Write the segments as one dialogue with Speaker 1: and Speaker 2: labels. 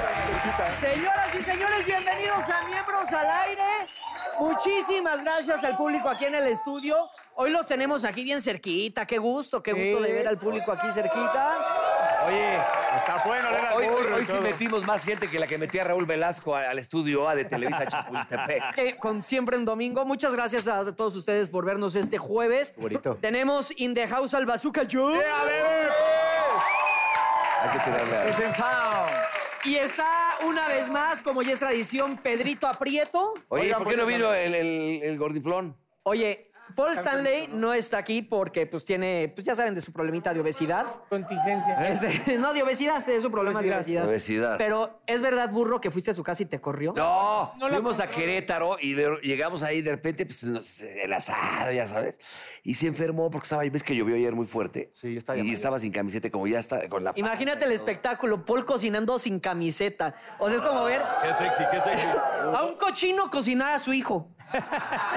Speaker 1: cosita.
Speaker 2: Señoras y señores, bienvenidos a Miembros al Aire. Muchísimas gracias al público aquí en el estudio. Hoy los tenemos aquí bien cerquita. Qué gusto, qué gusto de ver al público aquí cerquita.
Speaker 1: Oye, está bueno, oler al
Speaker 3: Hoy,
Speaker 1: burro y
Speaker 3: hoy sí
Speaker 1: todo.
Speaker 3: metimos más gente que la que metía Raúl Velasco a- al estudio A de Televisa Chapultepec.
Speaker 2: Eh, con siempre en domingo. Muchas gracias a todos ustedes por vernos este jueves.
Speaker 3: Bonito.
Speaker 2: Tenemos in the house al Bazooka Joe.
Speaker 1: ¡Ea, bebé!
Speaker 3: Hay que tirarle a-
Speaker 2: Y está una vez más, como ya es tradición, Pedrito Aprieto.
Speaker 3: Oye,
Speaker 1: Oigan,
Speaker 3: ¿por qué
Speaker 1: pues,
Speaker 3: no vino
Speaker 1: ya
Speaker 3: el, el- el gordiflón?
Speaker 2: Oye, Paul Stanley no está aquí porque pues tiene, pues ya saben de su problemita de obesidad.
Speaker 4: Contingencia.
Speaker 2: Este, no, de obesidad, es un problema de obesidad.
Speaker 4: Obesidad.
Speaker 3: Obesidad.
Speaker 2: Pero, ¿es verdad, burro, que fuiste a su casa y te corrió?
Speaker 3: No,
Speaker 4: No la
Speaker 3: fuimos a
Speaker 4: compró.
Speaker 3: Querétaro y de- llegamos ahí de repente, pues nos- el asado, ya sabes. Y se enfermó porque estaba ahí, ves que llovió ayer muy fuerte.
Speaker 1: Sí, está
Speaker 3: Y
Speaker 1: llamadito.
Speaker 3: estaba sin camiseta, como ya está con la.
Speaker 2: Imagínate el espectáculo, Paul cocinando sin camiseta. O sea, es como ver
Speaker 5: Qué sexy, qué sexy.
Speaker 2: a un cochino cocinar a su hijo.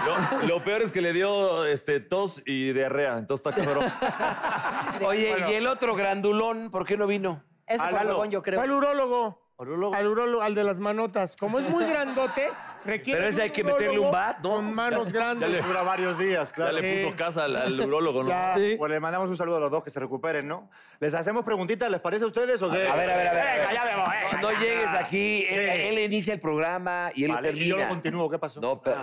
Speaker 5: Lo, lo peor es que le dio este, tos y diarrea, entonces está cabrón.
Speaker 3: Oye, y el otro grandulón, ¿por qué no vino?
Speaker 2: Es
Speaker 1: Ah, Lalo.
Speaker 2: yo creo.
Speaker 4: ¿Cuál urólogo?
Speaker 1: Orulo.
Speaker 4: Al urólogo, al de las manotas. Como es muy grandote, requiere.
Speaker 3: Pero
Speaker 4: de
Speaker 3: ese hay que meterle
Speaker 4: urólogo
Speaker 3: un bat, ¿no?
Speaker 4: Con manos grandes.
Speaker 5: le-
Speaker 1: Dura varios días,
Speaker 5: Ya
Speaker 1: claro.
Speaker 5: le
Speaker 4: Sí.
Speaker 5: puso casa al, al urólogo, ¿no?
Speaker 4: Ya.
Speaker 1: Pues le mandamos un saludo a los dos que se recuperen, ¿no? ¿Les hacemos preguntitas? ¿Les parece a ustedes o qué?
Speaker 3: A ver, a ver, a ver.
Speaker 1: Venga, ya vemos. venga,
Speaker 3: No
Speaker 1: ya.
Speaker 3: llegues aquí. Él,
Speaker 1: Sí.
Speaker 3: él inicia el programa y él
Speaker 1: Eh. Vale,
Speaker 3: lo termina.
Speaker 1: y yo lo continúo, Ah, ¿qué pasó?
Speaker 3: No, pero.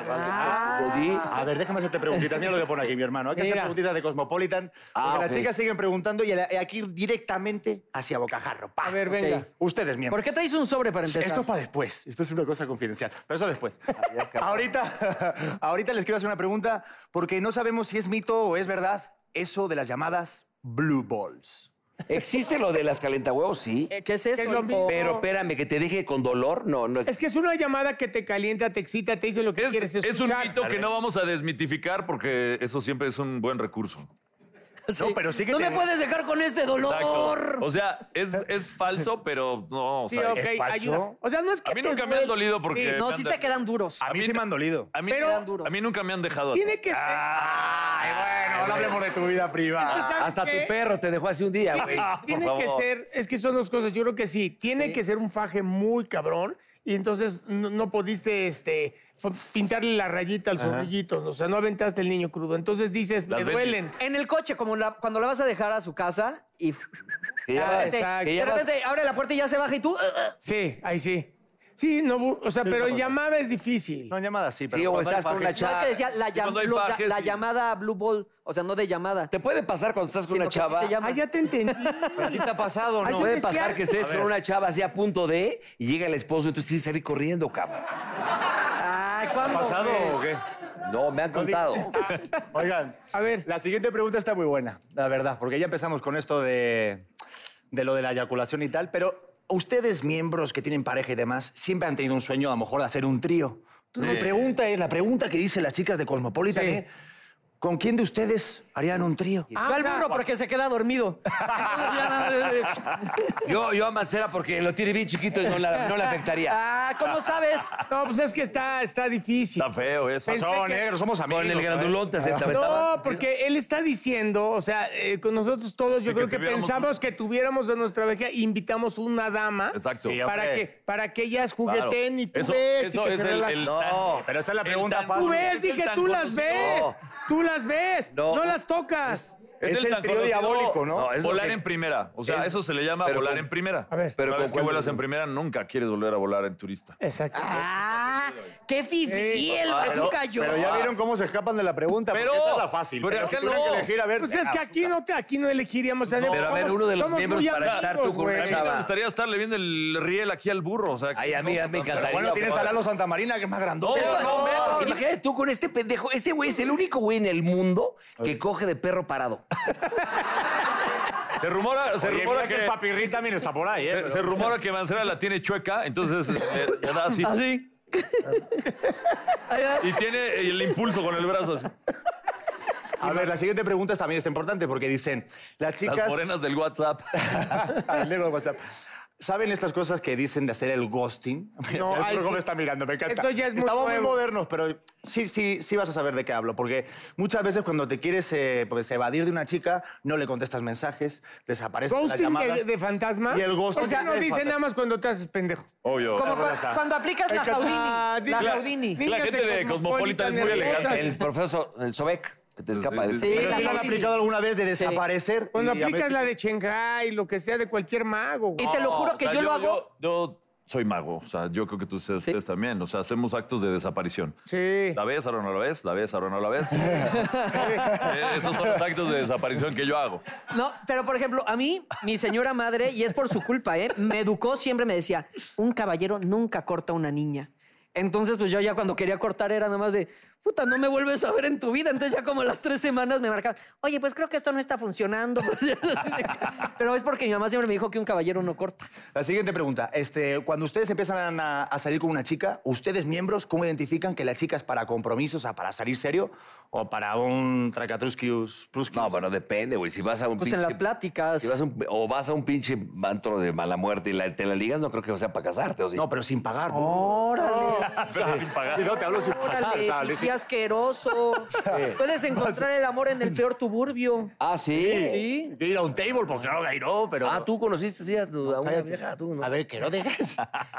Speaker 3: ¿Sí?
Speaker 1: A ver, déjame hacerte preguntitas. Mira lo que pone aquí, mi hermano. Hay que hacer
Speaker 4: Mira.
Speaker 1: preguntitas de Cosmopolitan.
Speaker 3: Ah,
Speaker 1: porque
Speaker 3: ok.
Speaker 1: Las chicas siguen preguntando y el- aquí directamente hacia Bocajarro. Pa.
Speaker 4: A ver, venga.
Speaker 2: Ok.
Speaker 1: Ustedes, miembros.
Speaker 2: ¿Por qué traes un sobre para empezar?
Speaker 1: Esto es para después. Esto es una cosa confidencial. Pero eso después.
Speaker 3: ya escapó.
Speaker 1: ahorita, ahorita les quiero hacer una pregunta porque no sabemos si es mito o es verdad eso de las llamadas blue balls.
Speaker 3: ¿Existe lo de las calentahuevos? Sí.
Speaker 2: Eh, ¿Qué es esto?
Speaker 4: Es lo mismo.
Speaker 3: Pero espérame, que te deje con dolor. No, no.
Speaker 4: Es que es una llamada que te calienta, te excita, te dice lo que
Speaker 5: Es,
Speaker 4: quieres
Speaker 5: es un
Speaker 4: escuchar.
Speaker 5: mito que no vamos a desmitificar porque eso siempre es un buen recurso.
Speaker 2: Sí.
Speaker 1: No, pero sí que
Speaker 2: No
Speaker 1: te-
Speaker 2: me puedes dejar con este
Speaker 5: Exacto.
Speaker 2: dolor.
Speaker 5: O sea, es, es falso, pero no. o
Speaker 4: Sí,
Speaker 5: sea,
Speaker 4: ok,
Speaker 1: ¿es falso?
Speaker 4: ayuda. O sea, no es que
Speaker 5: A mí
Speaker 4: te
Speaker 5: nunca me han
Speaker 4: duele.
Speaker 5: dolido porque.
Speaker 2: no,
Speaker 5: me han
Speaker 2: sí
Speaker 5: da-
Speaker 2: te quedan duros.
Speaker 1: A mí sí me han dolido.
Speaker 5: A mí,
Speaker 4: Pero-
Speaker 5: quedan duros. a mí nunca me han dejado así.
Speaker 4: Tiene que.
Speaker 1: Ay, bueno, no hablemos de tu vida
Speaker 4: Es que
Speaker 1: privada.
Speaker 4: ¿sabes
Speaker 3: Ah, Hasta
Speaker 4: qué?
Speaker 3: tu perro te dejó así un día, güey. Por
Speaker 4: Tiene
Speaker 3: favor.
Speaker 4: que ser, es que son dos cosas, yo creo que sí, tiene que ser un faje muy cabrón y entonces no, no pudiste este, f- pintarle la rayita al zorrillito, o sea, no aventaste el niño crudo, entonces dices,
Speaker 5: Las
Speaker 4: me
Speaker 5: vendes.
Speaker 4: duelen.
Speaker 2: En el coche, como la- cuando la vas a dejar a su casa y
Speaker 3: Que ya
Speaker 4: Ah,
Speaker 3: vas-
Speaker 4: exacto.
Speaker 3: que
Speaker 2: este, de
Speaker 3: ya vas-
Speaker 2: repente abre la puerta y ya se baja y tú... eh,
Speaker 4: Sí, ahí sí. Sí, no, bu- o sea, pero en llamada es difícil.
Speaker 1: No en llamadas, sí, pero.
Speaker 3: Sí, o
Speaker 1: cuando hay
Speaker 3: estás
Speaker 1: pajes-
Speaker 3: con una
Speaker 2: eh. No, es que decía la, llam-
Speaker 5: cuando hay
Speaker 2: lo- la-
Speaker 5: fajes,
Speaker 2: la
Speaker 5: sí.
Speaker 2: llamada Blue Ball, o sea, no de llamada.
Speaker 3: Te puede pasar cuando estás con
Speaker 2: sino
Speaker 3: una
Speaker 2: que así
Speaker 3: chava.
Speaker 2: se llama.
Speaker 4: Ah, ya te entendí.
Speaker 1: ¿Pero a ti te ha pasado o
Speaker 4: Ay,
Speaker 1: no?
Speaker 4: yo-
Speaker 3: Puede
Speaker 4: Es que
Speaker 3: pasar
Speaker 4: hay-
Speaker 3: que estés
Speaker 1: A ver.
Speaker 3: con una chava así a punto de y llega el esposo, entonces tienes que salir corriendo, cabrón.
Speaker 2: Ay, ¿cuándo?
Speaker 1: ¿Ha pasado o qué?
Speaker 3: No, me han
Speaker 1: No digas.
Speaker 3: contado.
Speaker 1: Ah. Oigan,
Speaker 4: A ver.
Speaker 1: La siguiente pregunta está muy buena, la verdad, porque ya empezamos con esto de, de lo de la eyaculación y tal, pero ustedes, miembros que tienen pareja y demás, siempre han tenido un sueño a lo mejor de hacer un trío. Entonces, Mi pregunta es, la pregunta que dicen las chicas de Cosmopolitan
Speaker 4: Sí.
Speaker 1: es, ¿con quién de ustedes harían un trío?
Speaker 2: Va el
Speaker 4: Ah,
Speaker 2: burro porque se queda dormido. Ya nada más, eh,
Speaker 3: Yo, yo a Mancera porque lo tiene bien chiquito y no la- no le afectaría.
Speaker 2: ah, ¿cómo sabes?
Speaker 4: No, pues es que está, está difícil.
Speaker 5: Está feo eso.
Speaker 4: Pensé
Speaker 1: No,
Speaker 4: que-
Speaker 1: negro, somos amigos.
Speaker 3: Con el
Speaker 1: ¿eh?
Speaker 3: grandulón te se- te aventabas.
Speaker 4: No, porque él está diciendo, o sea, eh, con nosotros todos, yo
Speaker 5: Sí, que
Speaker 4: creo que,
Speaker 5: tuviéramos
Speaker 4: pensamos que tuviéramos a nuestra vieja, invitamos una dama.
Speaker 5: Exacto.
Speaker 1: Sí,
Speaker 4: para
Speaker 1: ok.
Speaker 4: que para que ellas
Speaker 5: Claro.
Speaker 4: jugueten y tú
Speaker 5: Eso-
Speaker 4: ves
Speaker 5: eso
Speaker 4: y que
Speaker 5: es
Speaker 4: se
Speaker 5: el-
Speaker 4: relajan.
Speaker 5: el
Speaker 1: No,
Speaker 5: tan-
Speaker 1: pero esa es la
Speaker 5: el
Speaker 1: pregunta
Speaker 5: tan-
Speaker 1: fácil.
Speaker 4: Tú ves,
Speaker 5: es el
Speaker 4: dije,
Speaker 5: tan
Speaker 4: tú las
Speaker 5: conocido-
Speaker 4: ves.
Speaker 3: No.
Speaker 4: Tú las ves.
Speaker 3: No.
Speaker 4: No, las tocas.
Speaker 1: Es el
Speaker 5: tan
Speaker 1: trío
Speaker 5: conocido
Speaker 1: diabólico, ¿no?
Speaker 3: No, es lo
Speaker 5: volar
Speaker 3: que-
Speaker 5: en primera. O sea,
Speaker 3: es-
Speaker 5: eso se le llama
Speaker 3: pero
Speaker 5: volar
Speaker 3: con-
Speaker 5: en primera.
Speaker 4: A ver.
Speaker 5: Pero
Speaker 3: Pero
Speaker 5: Una
Speaker 3: con
Speaker 5: vez que
Speaker 3: cuál-
Speaker 5: vuelas en primera, nunca quieres volver a volar en turista.
Speaker 4: Exacto.
Speaker 2: Ah, qué fifí, el
Speaker 1: Pero,
Speaker 2: bazooka yo. Ah,
Speaker 1: pero ya vieron cómo se escapan de la pregunta,
Speaker 5: Pero-
Speaker 1: porque esa es la fácil.
Speaker 5: pero
Speaker 1: Pero, si
Speaker 5: acá
Speaker 1: tuvieran
Speaker 5: no.
Speaker 1: que elegir, a ver... ah,
Speaker 4: Pues es que aquí no te, aquí no elegiríamos a
Speaker 5: No.
Speaker 3: ah, Pero a ver,
Speaker 4: somos-
Speaker 3: uno de los
Speaker 4: somos
Speaker 3: miembros
Speaker 4: muy
Speaker 3: para estar tú
Speaker 4: amigos,
Speaker 3: con una
Speaker 4: güey.
Speaker 5: A mí me
Speaker 3: chava.
Speaker 5: gustaría estarle viendo el riel aquí al burro. O sea, que
Speaker 3: Ay, a mí-
Speaker 5: no,
Speaker 3: a mí me
Speaker 5: no, pero
Speaker 3: encantaría.
Speaker 1: Bueno, tienes a
Speaker 3: pero-
Speaker 1: Lalo Santa Marina, que es más grandote.
Speaker 5: No, no, no.
Speaker 3: Imagínate tú con este pendejo. Este güey es el único güey en el mundo que coge de perro parado.
Speaker 5: Se rumora, se
Speaker 1: Oye,
Speaker 5: rumora
Speaker 1: mira
Speaker 5: que,
Speaker 1: que el papirrín también está por ahí, ¿eh?
Speaker 5: se,
Speaker 1: Pero-
Speaker 5: se rumora que Mancera la tiene chueca, entonces eh, le da así.
Speaker 2: Así. Ay, ay.
Speaker 5: Y tiene el impulso con el brazo así.
Speaker 1: A ver, la siguiente pregunta también está importante porque dicen, las
Speaker 5: Las
Speaker 1: chicas...
Speaker 5: morenas del WhatsApp.
Speaker 1: Ah, el negro de WhatsApp. ¿Saben estas cosas que dicen de hacer el ghosting?
Speaker 4: No,
Speaker 1: el
Speaker 4: ay,
Speaker 1: Brujo
Speaker 4: sí.
Speaker 1: me está mirando, me encanta.
Speaker 4: Eso ya es muy
Speaker 1: Estamos
Speaker 4: nuevo.
Speaker 1: muy modernos, pero sí, sí, sí vas a saber de qué hablo. Porque muchas veces cuando te quieres eh, pues, evadir de una chica, no le contestas mensajes, desapareces de las
Speaker 4: ¿Ghosting
Speaker 1: llamadas.
Speaker 4: de, de fantasma?
Speaker 1: Y el ghosting
Speaker 4: O sea,
Speaker 1: de
Speaker 4: no dice
Speaker 1: fantasma.
Speaker 4: nada más cuando te haces pendejo.
Speaker 5: Obvio.
Speaker 2: Como cua-
Speaker 1: está.
Speaker 2: cuando aplicas la
Speaker 4: Hay que- Ah,
Speaker 2: Jaudini. La
Speaker 4: dice-
Speaker 2: Jaudini.
Speaker 4: dice-
Speaker 5: La gente de Cosmopolitan es muy
Speaker 4: Cosmopolitan,
Speaker 5: elegante.
Speaker 3: El profesor, el Sobek, que te escapa de este
Speaker 5: sí,
Speaker 2: Sí,
Speaker 1: Pero
Speaker 2: la
Speaker 1: sí lo han
Speaker 2: Jaudini.
Speaker 1: aplicado alguna vez de desaparecer.
Speaker 4: Cuando
Speaker 1: y a
Speaker 4: aplicas
Speaker 1: veces-
Speaker 4: la de Shanghai, lo que sea, de cualquier mago. güey.
Speaker 2: Y te lo
Speaker 5: No,
Speaker 2: juro
Speaker 5: o
Speaker 2: que
Speaker 5: sea,
Speaker 2: yo lo hago.
Speaker 5: Yo, yo soy mago, o sea, yo creo que tú ustedes ustedes también, o sea, hacemos actos de desaparición.
Speaker 4: Sí.
Speaker 5: La ves, ahora no la ves, la ves, ahora no la ves. Eh, Esos son los actos de desaparición que yo hago.
Speaker 2: No, pero por ejemplo, a mí, mi señora madre, y es por su culpa, ¿eh? Me educó, siempre me decía, un caballero nunca corta a una niña. Entonces, pues yo ya cuando quería cortar era nada más de, puta, no me vuelves a ver en tu vida. Entonces ya como a las tres semanas me marcaba, oye, pues creo que esto no está funcionando. pero es porque mi mamá siempre me dijo que un caballero no corta.
Speaker 1: La siguiente pregunta. Este, cuando ustedes empiezan a, a salir con una chica, ¿ustedes miembros cómo identifican que la chica es para compromiso, o sea, para salir serio o para un tracatrusquius plus?
Speaker 3: No, pero depende, güey. Si vas a un
Speaker 2: Pues
Speaker 3: pinche-
Speaker 2: en las pláticas.
Speaker 3: si vas a un- o vas a un pinche antro de mala muerte y la- te la ligas, no creo que sea para casarte. O sí?
Speaker 1: No, pero sin pagar.
Speaker 2: Órale.
Speaker 5: Pero sin pagar.
Speaker 1: Y no te hablo sin pagar.
Speaker 2: Órale,
Speaker 1: ¿sabes?
Speaker 2: qué asqueroso. Puedes encontrar el amor en el peor tuburbio.
Speaker 3: Ah, sí.
Speaker 2: Sí.
Speaker 1: Ir a un table, porque claro que no, pero.
Speaker 3: Ah, tú conociste sí, a, tu- a una
Speaker 1: Cállate.
Speaker 3: vieja, tú, ¿no?
Speaker 1: A ver, que no dejes.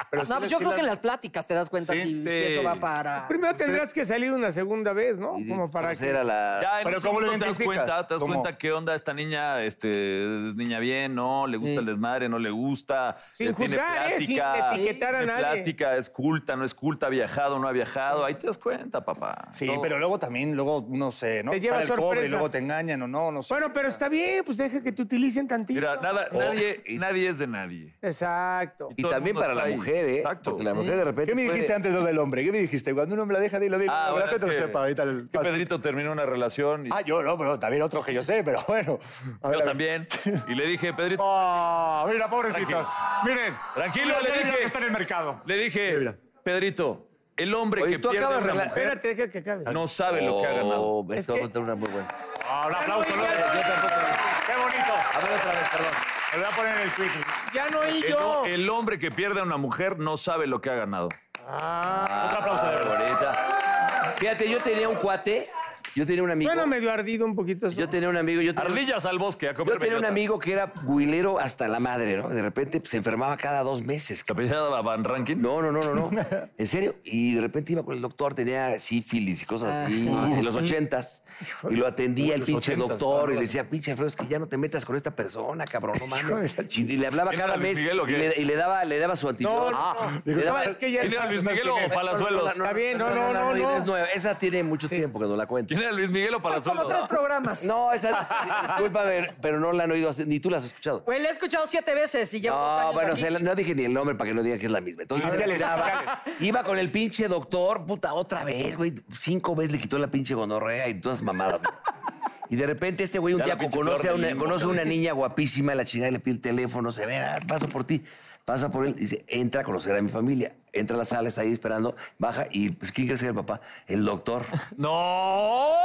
Speaker 1: Pero sí
Speaker 2: No,
Speaker 1: le-
Speaker 2: pues yo
Speaker 1: sí
Speaker 2: creo
Speaker 1: la-
Speaker 2: que en las pláticas te das cuenta
Speaker 5: Sí,
Speaker 2: si,
Speaker 5: sí.
Speaker 2: si eso va para.
Speaker 4: Primero tendrás que salir una segunda vez, ¿no?
Speaker 3: Y
Speaker 4: Como para
Speaker 3: conocer
Speaker 4: que...
Speaker 3: a la...
Speaker 5: Ya, en
Speaker 1: Pero
Speaker 5: un
Speaker 1: ¿cómo lo
Speaker 5: segundo te das
Speaker 1: identificas?
Speaker 5: cuenta, te das
Speaker 1: ¿Cómo?
Speaker 5: cuenta qué onda esta niña, este, es niña bien, no, le gusta
Speaker 2: Sí.
Speaker 5: el desmadre, no le gusta,
Speaker 4: Sin
Speaker 5: eh,
Speaker 4: juzgar, ¿eh? Sin etiquetar a
Speaker 5: tiene
Speaker 4: nadie.
Speaker 5: plática, es culta, no es culta, ha viajado, no ha viajado, ahí te das cuenta, papá.
Speaker 1: Sí,
Speaker 5: No.
Speaker 1: pero luego también, luego, no sé, ¿no?
Speaker 4: Te lleva
Speaker 1: Sale el cobre y
Speaker 4: sorpresas.
Speaker 1: luego te engañan o no, no sé.
Speaker 4: Bueno, pero está bien, pues deja que te utilicen tantito.
Speaker 5: Mira, nada, nadie, nadie es de nadie.
Speaker 4: Exacto.
Speaker 3: Oh, Y
Speaker 5: Y todo el
Speaker 3: también
Speaker 5: mundo
Speaker 3: para
Speaker 5: está
Speaker 3: la
Speaker 5: ahí.
Speaker 3: mujer, ¿eh?
Speaker 5: Exacto.
Speaker 3: Porque la mujer de repente
Speaker 1: ¿Qué me dijiste
Speaker 3: puede-
Speaker 1: antes lo del hombre? ¿Qué me dijiste? Cuando un hombre la deja, dilo, dilo.
Speaker 5: Ah,
Speaker 1: la
Speaker 5: bueno,
Speaker 1: verdad que
Speaker 5: es
Speaker 1: no
Speaker 5: que-
Speaker 1: sepa, ahorita el-
Speaker 5: Es que Pedrito terminó una relación y
Speaker 1: Ah, yo no, pero también otros que yo sé, pero bueno. A ver, a
Speaker 5: yo
Speaker 1: ver.
Speaker 5: también. Y le dije, Pedrito,
Speaker 1: Ah, mira, pobrecitos. Miren.
Speaker 5: Tranquilo, le
Speaker 1: miren lo
Speaker 5: dije.
Speaker 1: que está en el mercado.
Speaker 5: le dije,
Speaker 1: Mira.
Speaker 5: Pedrito, el hombre
Speaker 3: Oye,
Speaker 5: que
Speaker 3: tú
Speaker 5: pierde
Speaker 3: acabas
Speaker 5: una
Speaker 3: rela-
Speaker 5: mujer
Speaker 4: Espérate, deja que acabe.
Speaker 5: no sabe lo que ha ganado.
Speaker 3: Oh,
Speaker 4: Es
Speaker 3: esto
Speaker 4: que-
Speaker 3: va a tener una muy buena.
Speaker 1: Ah, un aplauso, ¿no?
Speaker 4: Ya no
Speaker 1: Yo tampoco. Qué bonito.
Speaker 3: A ver otra vez, perdón.
Speaker 1: Me lo voy a poner en el Twitter.
Speaker 4: Ya no oí
Speaker 5: El,
Speaker 4: yo.
Speaker 5: ho- el hombre que pierde a una mujer no sabe lo que ha ganado.
Speaker 3: Un aplauso de Ah, bonita. Fíjate, yo tenía un cuate, yo tenía un amigo,
Speaker 4: Bueno, medio ardido un poquito eso.
Speaker 3: yo tenía un amigo, yo tenía,
Speaker 5: Ardillas al bosque a comer
Speaker 3: yo tenía un amigo que era huilero hasta la madre, ¿no? De repente pues, se enfermaba cada dos meses. cabrón.
Speaker 5: Capellada Van Rankin.
Speaker 3: No, no, no, no, no. En serio. Y de repente iba con el doctor, tenía sífilis y cosas así,
Speaker 4: Ah,
Speaker 3: en los ochentas. Y lo atendía el pinche doctor y le decía, pinche Alfredo, es que ya no te metas con esta persona, cabrón, no mames. Y le hablaba
Speaker 5: ¿Quién
Speaker 3: cada
Speaker 5: era Luis
Speaker 3: mes y
Speaker 5: Miguel o qué?
Speaker 3: le, y le daba, le daba su antibiótico.
Speaker 4: no,
Speaker 3: Ah,
Speaker 4: no,
Speaker 3: le
Speaker 4: no,
Speaker 3: daba-
Speaker 4: es que ya
Speaker 5: ¿Quién era Luis Miguel o Palazuelos?
Speaker 4: Está bien, no, no, no, no.
Speaker 3: Es nueva. Esa tiene mucho tiempo que no la cuento.
Speaker 5: ¿Quién era Luis Miguel o
Speaker 2: Pues como
Speaker 5: Palazuelos?
Speaker 2: tres programas.
Speaker 3: No, esa, discúlpame, pero no la han oído, hacer- ni tú la has escuchado.
Speaker 2: Güey, la he escuchado siete veces y llevo dos
Speaker 3: No,
Speaker 2: años
Speaker 3: bueno,
Speaker 2: aquí.
Speaker 3: se la- no dije ni el nombre para que no digan que es la misma. Entonces se le
Speaker 4: pues,
Speaker 3: daba. Iba con el pinche doctor, puta, otra vez, güey. Cinco veces le quitó la pinche gonorrea y todas mamadas. güey. Y de repente este güey un
Speaker 5: Ya
Speaker 3: día
Speaker 5: la pinche
Speaker 3: conoce a
Speaker 5: flor de
Speaker 3: una,
Speaker 5: limbo,
Speaker 3: conoce a una
Speaker 5: cabrón.
Speaker 3: niña guapísima, la chingada le pide el teléfono, se ve, "Ah, paso por ti, pasa por él, y dice, entra a conocer a mi familia. Entra a la sala, está ahí esperando, baja y, pues, ¿quién crees que era el papá? El doctor.
Speaker 5: ¡No!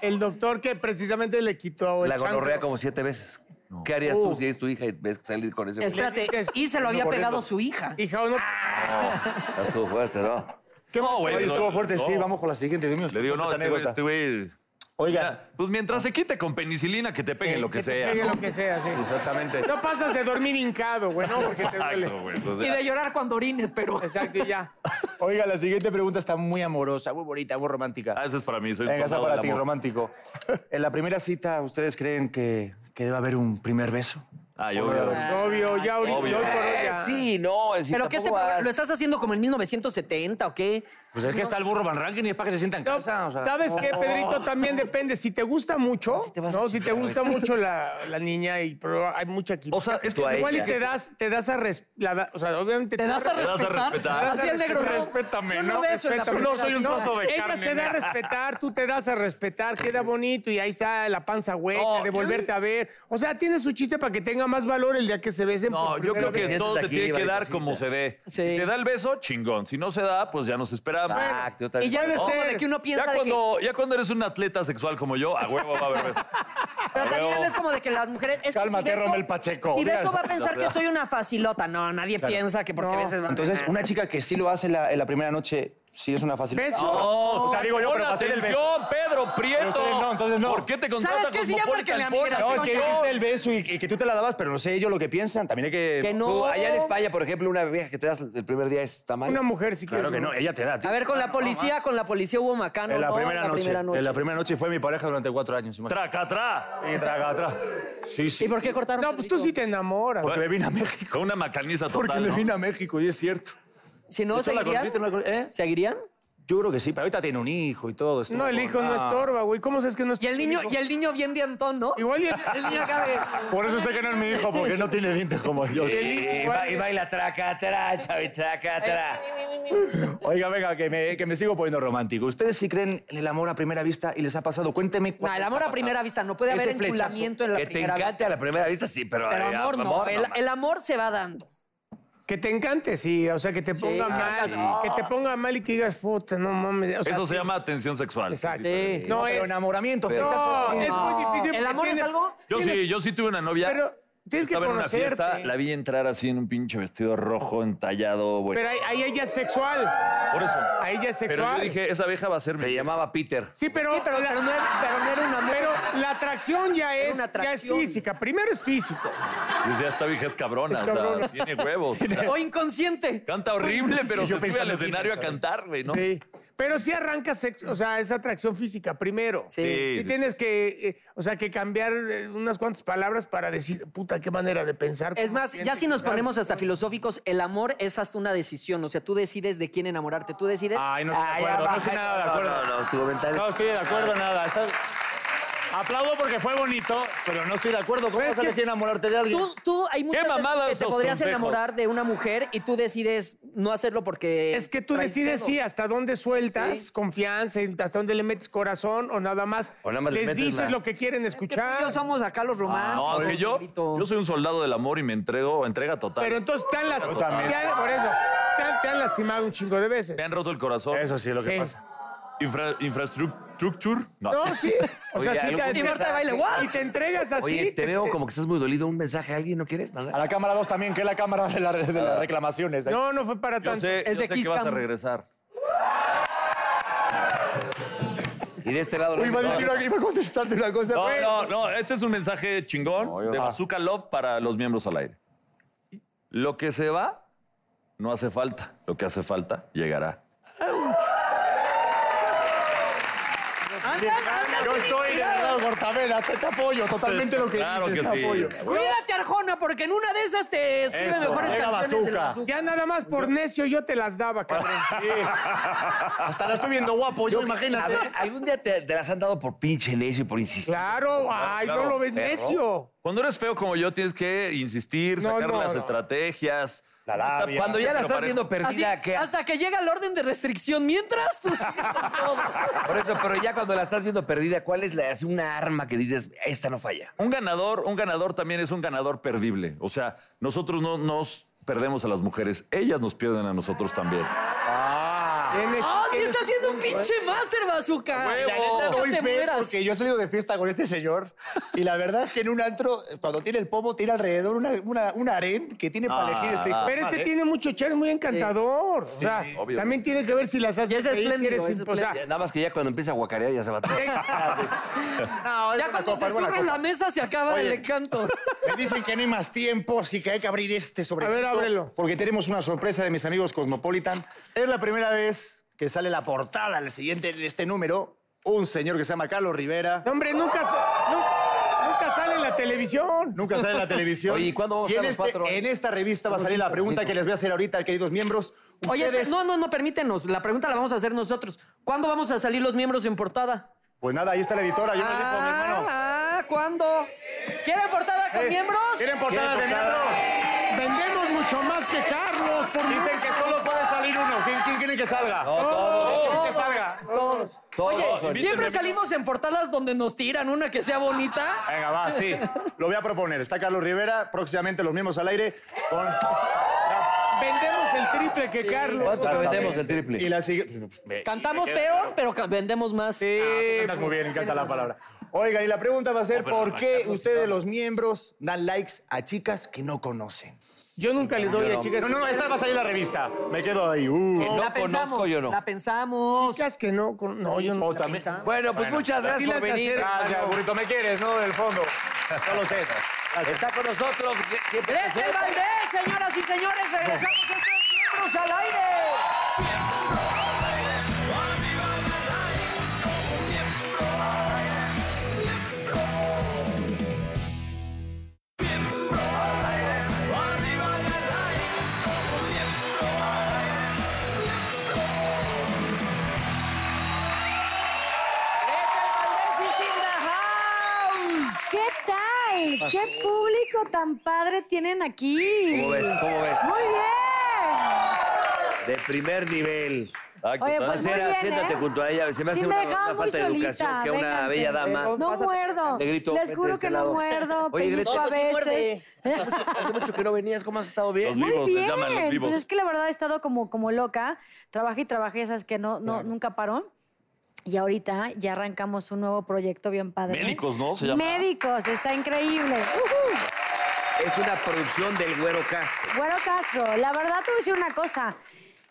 Speaker 4: El doctor que precisamente le quitó el
Speaker 3: La gonorrea
Speaker 4: chancro. Uh.
Speaker 3: como siete veces. ¿Qué harías tú si es tu hija y ves salir con ese güey?
Speaker 2: Espérate,
Speaker 4: dices,
Speaker 2: y se lo había
Speaker 1: corriendo.
Speaker 2: pegado su hija.
Speaker 4: Hija, ¿o no?
Speaker 3: Ya estuvo fuerte, ¿no?
Speaker 4: ¿Qué más?
Speaker 5: güey.
Speaker 1: Oye,
Speaker 5: no,
Speaker 1: estuvo fuerte,
Speaker 5: no.
Speaker 1: sí, vamos con la siguiente. Dios mío,
Speaker 5: Le digo, no,
Speaker 1: cuántas
Speaker 5: este güey,
Speaker 1: anécdotas.
Speaker 5: este güey.
Speaker 1: Oiga,
Speaker 5: Mira, Pues mientras se quite con penicilina, que te pegue lo que,
Speaker 4: te
Speaker 5: sea.
Speaker 4: pegue
Speaker 5: ¿no? Pues,
Speaker 4: lo que sea, sí.
Speaker 1: exactamente.
Speaker 4: No pasas de dormir hincado, güey, no, porque te
Speaker 5: Exacto,
Speaker 4: duele.
Speaker 5: güey. o sea,
Speaker 2: Y de llorar cuando orines, pero.
Speaker 4: Exacto, y ya.
Speaker 1: Oiga, la siguiente pregunta está muy amorosa, muy bonita, muy romántica.
Speaker 5: ah, eso es para mí. Soy
Speaker 1: Venga, esa
Speaker 5: soldado
Speaker 1: para
Speaker 5: del
Speaker 1: ti,
Speaker 5: amor.
Speaker 1: romántico. En la primera cita, ¿ustedes creen que, que debe haber un primer beso?
Speaker 5: Ah, yo veo.
Speaker 4: Pues, Obvio, ya ahorita,
Speaker 5: Obvio.
Speaker 4: hoy por hoy ya.
Speaker 3: Eh, Sí, no, es decir,
Speaker 2: ¿Pero qué este
Speaker 3: tampoco
Speaker 2: programa-
Speaker 3: vas-
Speaker 2: ¿Lo estás haciendo como en 1970 o qué?
Speaker 1: Pues es que está el burro Van Ranking y es para que se sientan en
Speaker 4: No,
Speaker 1: casa. o sea.
Speaker 4: ¿Sabes qué, Pedrito? También depende. Si te gusta mucho, ¿no? Si te gusta mucho la, la niña y pero hay mucha química.
Speaker 5: O sea, es que
Speaker 3: Tú a
Speaker 4: igual y
Speaker 3: ella.
Speaker 4: te das, te das a res, la da- o sea, obviamente
Speaker 2: ¿Te das a
Speaker 5: das a
Speaker 2: respetar?
Speaker 5: respetar.
Speaker 2: Así el negro. no.
Speaker 1: Respétame,
Speaker 2: Yo Ah, no
Speaker 1: ¿no?
Speaker 2: beso en la
Speaker 4: Respétame.
Speaker 2: primera
Speaker 1: No soy un
Speaker 2: cita.
Speaker 1: trozo de
Speaker 4: Ella
Speaker 1: carne,
Speaker 4: se da
Speaker 1: mira.
Speaker 4: a respetar, tú te das a respetar, queda bonito y ahí está la panza hueca
Speaker 5: No,
Speaker 4: de volverte a ver. O sea, tiene su chiste para que tenga más valor el día que se besen.
Speaker 5: No,
Speaker 4: por
Speaker 5: yo
Speaker 4: primera
Speaker 5: creo que
Speaker 4: vez.
Speaker 3: sientes
Speaker 5: todo se
Speaker 3: aquí,
Speaker 5: tiene que
Speaker 3: vale,
Speaker 5: dar
Speaker 3: cosita.
Speaker 5: como se dé.
Speaker 2: Sí.
Speaker 5: Si se da el beso, chingón. Si no se da, pues ya nos Instagram.
Speaker 3: Exacto, yo también.
Speaker 2: Y ya ves
Speaker 5: Hombre,
Speaker 2: como de que uno piensa
Speaker 5: ya
Speaker 2: de que...
Speaker 5: cuando, ya cuando eres un atleta sexual como yo, a huevo va a haber beso.
Speaker 2: Pero
Speaker 5: A
Speaker 2: también
Speaker 5: huevo.
Speaker 2: es como de que las mujeres... Es que
Speaker 1: Cálmate,
Speaker 2: si beso-
Speaker 1: Rommel Pacheco.
Speaker 2: Si
Speaker 1: Mira.
Speaker 2: beso va a pensar que soy una facilota. No, nadie piensa que porque a veces...
Speaker 1: Entonces, una chica que sí lo hace en la, en la primera noche, sí es una facilidad.
Speaker 4: Beso.
Speaker 5: No,
Speaker 1: o sea, digo yo,
Speaker 5: pon
Speaker 1: pero para hacer el beso.
Speaker 5: atención, Pedro Prieto.
Speaker 1: Pero ustedes no, entonces no.
Speaker 5: ¿Por qué te contratas
Speaker 2: ¿Sabes qué? Sí, ya márquenle a mi
Speaker 1: No, es que
Speaker 2: Yo-
Speaker 1: dijiste el beso y, y que tú te la dabas, pero no sé ellos lo que piensan. También hay que...
Speaker 2: Que no.
Speaker 3: Tú, allá en España, por ejemplo, una vieja que te das el primer día es tamaño.
Speaker 4: Una mujer, si quieres.
Speaker 1: Claro que no, ella te da. tío.
Speaker 2: A ver, con la policía, con la policía hubo macano.
Speaker 1: en la,
Speaker 2: ¿no?
Speaker 1: primera, noche,
Speaker 2: primera
Speaker 1: En la primera noche fue mi pareja durante cuatro años. imagínate.
Speaker 5: Tracatrá.
Speaker 1: Y traga atrás. Sí, sí.
Speaker 2: ¿Y por qué cortaron?
Speaker 4: No,
Speaker 2: el
Speaker 4: pues tú
Speaker 2: pico?
Speaker 4: sí te enamoras.
Speaker 5: Pues,
Speaker 1: Porque me vine a México.
Speaker 5: Con una macaniza total,
Speaker 1: Porque me
Speaker 5: ¿no?
Speaker 1: vine a México, y es cierto.
Speaker 2: Si no,
Speaker 1: ¿Y tú la
Speaker 2: ¿seguirían?
Speaker 1: conociste en una col- eh?
Speaker 2: ¿Seguirían?
Speaker 1: Yo creo que sí, pero ahorita tiene un hijo y todo. esto.
Speaker 4: No, el hijo no
Speaker 1: Ah.
Speaker 4: estorba, güey. ¿Cómo sabes que
Speaker 2: Y
Speaker 4: no estorba?
Speaker 2: el niño, y el niño bien dientón, ¿no?
Speaker 4: Igual y el...
Speaker 2: El niño acá de...
Speaker 1: Por eso sé que no es mi hijo, porque no tiene dientes como yo.
Speaker 3: Y, ba- y baila tracatra, chavi, tracatra.
Speaker 1: Oiga, venga, que me, que me sigo poniendo romántico. ¿Ustedes sí creen en el amor a primera vista y les ha pasado? Cuénteme.
Speaker 2: No,
Speaker 1: cuándo
Speaker 2: el
Speaker 1: les
Speaker 2: amor
Speaker 1: ha
Speaker 2: a primera
Speaker 1: pasado.
Speaker 2: vista. No puede
Speaker 1: Ese
Speaker 2: haber
Speaker 1: flechazo.
Speaker 2: enculamiento en la
Speaker 3: Que te
Speaker 2: primera vista.
Speaker 3: encante a la primera vista, sí, pero...
Speaker 2: Pero
Speaker 3: eh,
Speaker 2: amor no. el,
Speaker 3: más.
Speaker 2: el amor se va dando.
Speaker 4: Que te encante, sí. O sea, que te ponga
Speaker 2: que
Speaker 4: mal.
Speaker 2: hagas-
Speaker 4: Que te ponga mal y que digas, puta, no mames. O sea,
Speaker 5: Eso
Speaker 4: sí.
Speaker 5: se llama atención sexual.
Speaker 4: Exacto.
Speaker 2: Sí.
Speaker 4: No, es...
Speaker 1: Eh, Pero enamoramiento,
Speaker 4: No,
Speaker 1: flechazo.
Speaker 4: es muy difícil.
Speaker 2: ¿El
Speaker 4: porque
Speaker 2: amor es
Speaker 4: tienes-
Speaker 2: algo?
Speaker 5: Yo
Speaker 4: tienes-
Speaker 5: sí, yo sí tuve una novia.
Speaker 4: Pero tienes que
Speaker 5: estaba en una
Speaker 4: conocerte.
Speaker 5: fiesta, la vi entrar así en un pinche vestido rojo, entallado, güey.
Speaker 4: Pero ahí, ahí ella es sexual.
Speaker 5: Por eso.
Speaker 4: Ahí ella es
Speaker 5: Pero
Speaker 4: sexual.
Speaker 5: yo dije, esa vieja va a ser mi
Speaker 3: Se llamaba Peter.
Speaker 4: Sí, pero...
Speaker 2: Sí, pero,
Speaker 4: la-
Speaker 2: pero no era, pero no era un amor.
Speaker 4: pero la atracción ya es,
Speaker 2: una
Speaker 4: ya es
Speaker 2: atracción.
Speaker 4: física. Primero es físico.
Speaker 5: Yo Decía, Pues esta vieja es cabrona,
Speaker 4: Es
Speaker 5: o sea,
Speaker 4: cabrona.
Speaker 5: tiene huevos. o sea,
Speaker 2: O inconsciente.
Speaker 5: canta horrible, pero
Speaker 1: yo
Speaker 5: se sube al
Speaker 1: pensando en
Speaker 5: escenario a
Speaker 1: Peter,
Speaker 5: cantar, güey, ¿no?
Speaker 4: Sí. Pero sí arranca, sex- o sea, es atracción física primero.
Speaker 2: Sí.
Speaker 5: Sí,
Speaker 4: Sí,
Speaker 5: sí,
Speaker 4: tienes que, eh, o sea, que cambiar eh, unas cuantas palabras para decir, puta, qué manera de pensar.
Speaker 2: Es más, ya si nos ponemos hasta filosóficos, el amor es hasta una decisión. O sea, tú decides de quién enamorarte. Tú decides.
Speaker 1: Ay, no estoy de acuerdo, no estoy nada de acuerdo.
Speaker 3: No, no, tu comentario.
Speaker 1: No estoy de acuerdo nada. Estás- Aplaudo porque fue bonito, pero no estoy de acuerdo. ¿Cómo
Speaker 4: Pero es
Speaker 1: vas a
Speaker 4: que-
Speaker 1: elegir enamorarte de alguien?
Speaker 2: Tú, tú hay muchas veces
Speaker 5: mamada
Speaker 2: que te
Speaker 5: esos
Speaker 2: podrías
Speaker 5: consejos.
Speaker 2: enamorar de una mujer y tú decides no hacerlo porque.
Speaker 4: Es que tú
Speaker 2: traes
Speaker 4: decides
Speaker 2: pedo.
Speaker 4: sí hasta dónde sueltas
Speaker 2: Sí.
Speaker 4: confianza, y hasta dónde le metes corazón o nada más.
Speaker 3: O nada más le
Speaker 4: les
Speaker 3: metes
Speaker 4: dices
Speaker 3: la-
Speaker 4: lo que quieren
Speaker 2: Es que tú
Speaker 4: escuchar.
Speaker 2: y yo somos acá los románticos.
Speaker 5: No, es que Ah, yo,
Speaker 2: Pedrito.
Speaker 5: yo soy un soldado del amor y me entrego, entrega total.
Speaker 4: Pero entonces te han, las-
Speaker 1: Yo también.
Speaker 4: te han- por eso, te han, te han lastimado un chingo de veces.
Speaker 5: Me han roto el corazón.
Speaker 1: Eso sí es lo que
Speaker 4: Sí.
Speaker 1: pasa.
Speaker 5: Infra- infrastructure. No.
Speaker 4: No, sí. O sea,
Speaker 3: Oye,
Speaker 4: sí te
Speaker 3: algo
Speaker 4: has-
Speaker 2: Y Marta de baile, ¿what?
Speaker 4: Y te entregas así.
Speaker 3: Oye, te veo como que estás muy dolido. ¿Un mensaje a alguien no quieres mandar?
Speaker 1: A la cámara 2 también, que es la cámara de, la- de las reclamaciones.
Speaker 4: Ah. No, no fue para
Speaker 5: Yo
Speaker 4: tanto.
Speaker 5: sé,
Speaker 2: Es
Speaker 5: yo
Speaker 2: de
Speaker 5: sé
Speaker 2: Kiss
Speaker 5: que vas a
Speaker 2: Cam.
Speaker 5: regresar.
Speaker 3: Y de este lado...
Speaker 1: Uy, iba a, decir, iba a contestarte una cosa.
Speaker 5: No,
Speaker 1: pero-
Speaker 5: no, no, este es un mensaje chingón
Speaker 1: No, yo-
Speaker 5: de
Speaker 1: Ah.
Speaker 5: Bazooka Love para los miembros al aire. Lo que se va, no hace falta. Lo que hace falta, llegará.
Speaker 2: Andan, andan
Speaker 1: Yo
Speaker 2: con
Speaker 1: estoy de
Speaker 2: inspirado.
Speaker 1: verdad, Gortabela, te, te apoyo totalmente lo que
Speaker 5: Claro
Speaker 1: dices,
Speaker 5: que
Speaker 1: te
Speaker 5: sí.
Speaker 1: apoyo.
Speaker 2: Cuídate, Arjona, porque en una de esas te escribe
Speaker 1: Eso,
Speaker 2: mejores
Speaker 1: era
Speaker 2: canciones del
Speaker 1: bazooka.
Speaker 2: bazooka.
Speaker 4: Ya nada más por necio yo te las daba, cabrón.
Speaker 1: Hasta la estoy viendo guapo, yo
Speaker 3: A
Speaker 1: imagínate.
Speaker 3: ver, algún día te, te las han dado por pinche necio y por insistir.
Speaker 4: Claro, ay, no
Speaker 5: claro,
Speaker 4: lo ves
Speaker 3: perro.
Speaker 4: necio.
Speaker 5: Cuando eres feo como yo, tienes que insistir,
Speaker 4: No,
Speaker 5: sacar
Speaker 4: no,
Speaker 5: las
Speaker 4: no.
Speaker 5: estrategias.
Speaker 1: La labia.
Speaker 3: Cuando ya la estás viendo
Speaker 2: Así,
Speaker 3: perdida, ¿qué haces?
Speaker 2: hasta que llega el orden de restricción. Mientras tú sigues con todo.
Speaker 3: Por eso, pero ya cuando la estás viendo perdida, ¿cuál es la, es una arma que dices, esta no falla?
Speaker 5: Un ganador, un ganador también es un ganador perdible. O sea, nosotros no nos perdemos a las mujeres, ellas nos pierden a nosotros también.
Speaker 4: Tienes-
Speaker 2: ¡Oh, sí
Speaker 4: tienes-
Speaker 2: está haciendo un pinche master bazooka!
Speaker 5: ¡Huevo!
Speaker 2: neta,
Speaker 1: Doy
Speaker 2: no te
Speaker 1: fe,
Speaker 2: mueras.
Speaker 1: porque yo he salido de fiesta con este señor y la verdad es que en un antro, cuando tiene el pomo, tiene alrededor una, una, un harén que tiene para
Speaker 3: Ah.
Speaker 1: elegir este hijo.
Speaker 4: Pero este tiene mucho char, es muy encantador. o sea,
Speaker 5: obvio.
Speaker 4: también tiene que ver si las haces
Speaker 2: Y es
Speaker 4: reír, si
Speaker 2: espléndido,
Speaker 4: eres
Speaker 2: es
Speaker 4: imp- o sea,
Speaker 3: Ya, nada más que ya cuando empieza a guacarear ya se va todo.
Speaker 1: No, Ah, es
Speaker 2: Ya
Speaker 1: buena
Speaker 2: cuando
Speaker 1: copa,
Speaker 2: se
Speaker 1: es buena
Speaker 2: surra en
Speaker 1: copa.
Speaker 2: la mesa se acaba
Speaker 1: Oye.
Speaker 2: el encanto.
Speaker 1: Me dicen que no hay más tiempo, así que hay que abrir este sobre.
Speaker 4: A ver, ábrelo.
Speaker 1: Porque tenemos una sorpresa de mis amigos Cosmopolitan. Es la primera vez que sale la portada al siguiente de este número. Un señor que se llama Carlos Rivera.
Speaker 4: no, hombre, nunca, sa- nunca, nunca sale en la televisión.
Speaker 1: Nunca sale en la televisión.
Speaker 3: Oye, ¿y cuándo vamos a
Speaker 1: Y en
Speaker 3: estar los
Speaker 1: este-
Speaker 3: cuatro?
Speaker 1: En esta revista va a salir la pregunta que les voy a hacer ahorita, queridos miembros.
Speaker 2: Oye,
Speaker 1: Ustedes,
Speaker 2: este- no, no, no, permítenos. La pregunta la vamos a hacer nosotros. ¿Cuándo vamos a salir los miembros en portada?
Speaker 1: Pues nada, ahí está la editora. Yo me elijo, mi hermano.
Speaker 2: Ah, ah, ¿cuándo? ¿Quieren portada con
Speaker 1: Eh,
Speaker 2: miembros?
Speaker 1: ¿Quieren portada de miembros?
Speaker 4: Vendemos mucho más que Carlos. Por
Speaker 1: Dicen que solo puede salir uno. ¿Quién, quién quiere que salga? ¿Quién quiere que salga?
Speaker 4: todos.
Speaker 3: Todos,
Speaker 2: Oye, siempre salimos en portadas donde nos tiran una que sea bonita.
Speaker 1: Venga, va, sí. Lo voy a proponer. Está Carlos Rivera, próximamente los mismos al aire. Con...
Speaker 4: Vendemos el triple que Carlos.
Speaker 3: ¿Cuánto vendemos el triple?
Speaker 1: Y la sigue-
Speaker 2: Cantamos peor, pero ca- vendemos más.
Speaker 4: Sí,
Speaker 1: Canta muy bien, encanta la palabra. Oigan, y la pregunta va a ser: ¿por qué ustedes, los miembros, dan likes a chicas que no conocen?
Speaker 4: yo nunca le doy a chicas.
Speaker 1: No, no, no, esta va a salir en la revista. Me quedo ahí. uh.
Speaker 3: No
Speaker 2: la pensamos,
Speaker 3: conozco yo no.
Speaker 2: La pensamos.
Speaker 4: Chicas que no, con- no, yo no.
Speaker 1: O también.
Speaker 3: Bueno, pues muchas
Speaker 4: Así
Speaker 3: gracias por
Speaker 4: las
Speaker 3: venir.
Speaker 4: acerco.
Speaker 1: Gracias, burrito, me quieres, ¿no? Del fondo. Solo César.
Speaker 3: Está con nosotros. siempre
Speaker 2: ¡Desde el
Speaker 3: presente.
Speaker 2: Valdés, señoras y señores! ¡Regresamos a estos miembros al aire! ¡Desde el Valdés y Signa House!
Speaker 6: ¿Qué tal? ¿Qué público tan padre tienen aquí?
Speaker 3: ¿Cómo ves? ¿Cómo ves?
Speaker 6: Muy bien.
Speaker 3: De primer nivel.
Speaker 6: Oye, pues muy
Speaker 3: Acera,
Speaker 6: bien,
Speaker 3: siéntate
Speaker 6: ¿eh?
Speaker 3: junto a ella. Se me hace
Speaker 6: Sí, me
Speaker 3: una,
Speaker 6: dejaba
Speaker 3: una
Speaker 6: muy
Speaker 3: falta de educación
Speaker 6: solita,
Speaker 3: que a una
Speaker 6: vénganse.
Speaker 3: bella dama.
Speaker 6: No muerdo.
Speaker 3: Negrito,
Speaker 6: Les
Speaker 3: vente de
Speaker 6: juro
Speaker 3: este
Speaker 6: que
Speaker 3: lado.
Speaker 6: no muerdo.
Speaker 3: Oye, pues
Speaker 6: pellizco
Speaker 3: Greta.
Speaker 6: a veces. Eh,
Speaker 7: Hace mucho que no venías, ¿cómo has estado
Speaker 5: Los
Speaker 7: bien?
Speaker 5: vivos,
Speaker 6: Muy
Speaker 5: les llaman los
Speaker 6: bien.
Speaker 5: vivos.
Speaker 6: Pues es que la verdad he estado como, como loca. Trabajé y trabajé, esas que no, no, nunca paró. Y ahorita ya arrancamos un nuevo proyecto bien padre.
Speaker 5: Médicos, ¿no? Se llama.
Speaker 6: Médicos, está increíble. Ujú.
Speaker 3: Es una producción del Güero Castro.
Speaker 6: Bueno, Castro, la verdad te voy a decir una cosa.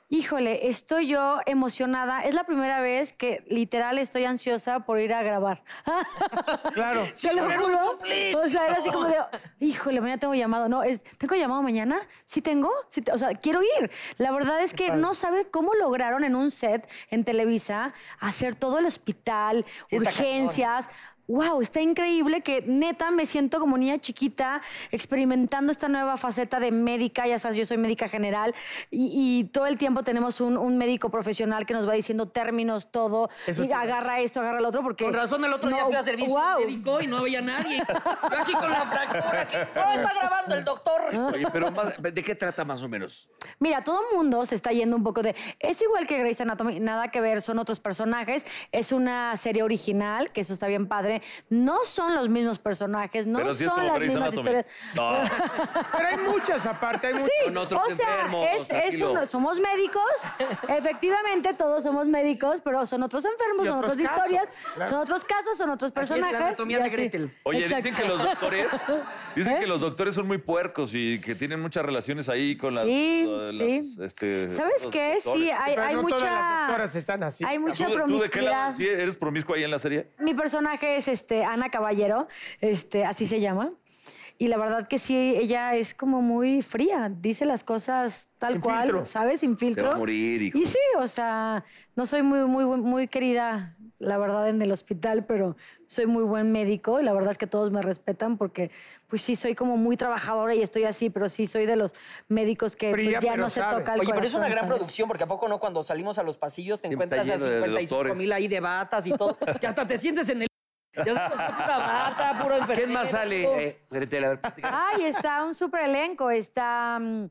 Speaker 6: Híjole, estoy yo emocionada. Es la primera vez que literal estoy ansiosa por ir a grabar.
Speaker 4: Claro.
Speaker 6: ¿Se lo juro? O sea, era así como de, híjole, mañana tengo llamado. No, es, ¿tengo llamado mañana? ¿Sí tengo? ¿Sí te- o sea, quiero ir. La verdad es que no sabe cómo lograron en un set en Televisa hacer todo el hospital, urgencias. Wow, está increíble que neta me siento como niña chiquita experimentando esta nueva faceta de médica, ya sabes, yo soy médica general y, y todo el tiempo tenemos un, un médico profesional que nos va diciendo términos, todo, y agarra esto, agarra lo otro, porque...
Speaker 2: Con razón, el otro día
Speaker 6: Pues, No,
Speaker 2: fui a servicio
Speaker 6: guau.
Speaker 2: médico y no había nadie. Yo aquí con la fractura. aquí, No, está grabando el doctor.
Speaker 3: Oye, pero más- ¿de qué trata más o menos?
Speaker 6: Mira, todo el mundo se está yendo un poco de... Es igual que Grey's Anatomy, nada que ver, son otros personajes. Es una serie original, que eso está bien padre. No son los mismos personajes, no
Speaker 5: Pero sí es
Speaker 6: son
Speaker 5: como
Speaker 6: las
Speaker 5: Grey's
Speaker 6: mismas
Speaker 5: Anatomy.
Speaker 6: historias.
Speaker 5: No.
Speaker 4: Pero hay muchas aparte, hay muchas.
Speaker 6: Sí,
Speaker 3: Con otros
Speaker 6: o sea,
Speaker 3: enfermos,
Speaker 6: es, es
Speaker 3: tranquilo.
Speaker 6: uno- somos médicos, efectivamente todos somos médicos, pero son otros enfermos,
Speaker 4: Y
Speaker 6: son
Speaker 4: otros
Speaker 6: otras
Speaker 4: casos,
Speaker 6: historias,
Speaker 4: claro.
Speaker 6: son otros casos, son otros
Speaker 2: Así es la
Speaker 6: personajes.
Speaker 2: anatomía
Speaker 6: y
Speaker 2: de
Speaker 6: así.
Speaker 2: Gretel.
Speaker 5: Oye, dicen
Speaker 6: Exacto.
Speaker 5: que los doctores, dicen
Speaker 6: ¿Eh?
Speaker 5: que los doctores son muy puercos y que tienen muchas relaciones ahí con las. eh,
Speaker 6: Sí,
Speaker 5: las,
Speaker 6: sí.
Speaker 5: este,
Speaker 6: ¿Sabes
Speaker 5: los
Speaker 6: qué?
Speaker 5: doctores.
Speaker 6: Sí, hay,
Speaker 4: Pero
Speaker 6: hay
Speaker 4: no
Speaker 6: mucha...
Speaker 4: todas las doctoras están así.
Speaker 6: Hay
Speaker 5: ¿Tú,
Speaker 6: mucha
Speaker 5: de- tú de qué lado?
Speaker 6: promiscuidad.
Speaker 5: ¿Sí ¿Eres promiscuo ahí en la serie?
Speaker 6: Mi personaje es este, Ana Caballero, este, así se llama. Y la verdad que sí, ella es como muy fría, dice las cosas tal
Speaker 4: Sin
Speaker 6: cual,
Speaker 4: filtro.
Speaker 6: ¿sabes? Sin filtro.
Speaker 3: a morir y-
Speaker 6: Y sí, o sea, no soy muy, muy, buen- muy querida, la verdad, en el hospital, pero soy muy buen médico. y La verdad es que todos me respetan porque, pues sí, soy como muy trabajadora y estoy así, pero sí soy de los médicos que pues,
Speaker 4: Fría,
Speaker 6: ya
Speaker 4: pero
Speaker 6: no se
Speaker 4: sabe.
Speaker 6: toca el
Speaker 2: Oye, pero es
Speaker 6: corazón,
Speaker 2: una gran
Speaker 6: ¿sabes?
Speaker 2: producción, porque ¿a poco no cuando salimos a los pasillos te
Speaker 3: Siempre está
Speaker 2: encuentras a
Speaker 3: lleno de
Speaker 2: 55
Speaker 3: doctores.
Speaker 2: mil ahí de batas y todo? Que hasta te sientes en el... Ya sabes, o sea, pura bata, puro enfermero.
Speaker 3: ¿Quién más
Speaker 6: Oh.
Speaker 2: puro-
Speaker 3: sale? Eh, Gretel, a ver, platica.
Speaker 6: Ay, está un super elenco. Está mm,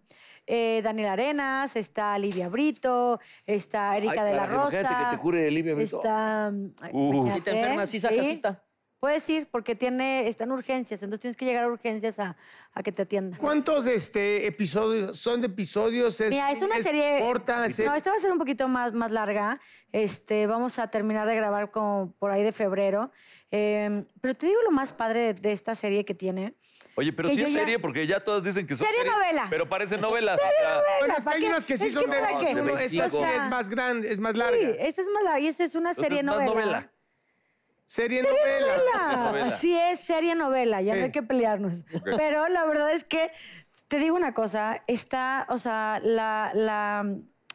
Speaker 6: eh, Daniel Arenas, está Lidia Brito, está Erika
Speaker 3: Ay,
Speaker 6: de la
Speaker 3: carajo,
Speaker 6: Rosa.
Speaker 3: imagínate que te cure Livia Brito.
Speaker 6: Está. mm, ay,
Speaker 5: Uh.
Speaker 6: imagínate,
Speaker 2: Y te enfermas, sí, saca cita.
Speaker 6: Puedes ir porque tiene, está en urgencias, entonces tienes que llegar a urgencias a, a que te atiendan.
Speaker 4: ¿Cuántos este, episodios son de episodios? Es,
Speaker 6: Mira, es una serie.
Speaker 4: corta, se-
Speaker 6: No, esta va a ser un poquito más, más larga. Este, vamos a terminar de grabar como por ahí de febrero. Eh, pero te digo lo más padre de, de esta serie que tiene.
Speaker 5: Oye, pero
Speaker 6: Que
Speaker 5: sí
Speaker 6: yo
Speaker 5: es
Speaker 6: ya-
Speaker 5: serie, porque ya todas dicen que son.
Speaker 6: Serie
Speaker 5: series,
Speaker 6: novela.
Speaker 5: Pero parecen novelas. o sea,
Speaker 4: Bueno,
Speaker 6: Venga,
Speaker 4: es que
Speaker 6: ¿para
Speaker 4: hay
Speaker 6: qué?
Speaker 4: unas que sí
Speaker 6: Es
Speaker 4: son de...
Speaker 6: ¿para qué?
Speaker 4: no,
Speaker 3: de
Speaker 4: Esta sí
Speaker 3: 25.
Speaker 4: es más grande, es más
Speaker 6: Sí, eh,
Speaker 4: larga.
Speaker 6: esta es más larga y esta es una serie
Speaker 5: es más
Speaker 6: novela.
Speaker 5: novela.
Speaker 4: Serie novela.
Speaker 6: novela.
Speaker 5: novela.
Speaker 6: Así es, serie novela, ya
Speaker 4: Sí.
Speaker 6: no hay que pelearnos. Pero la verdad es que, te digo una cosa, está, o sea, la, la,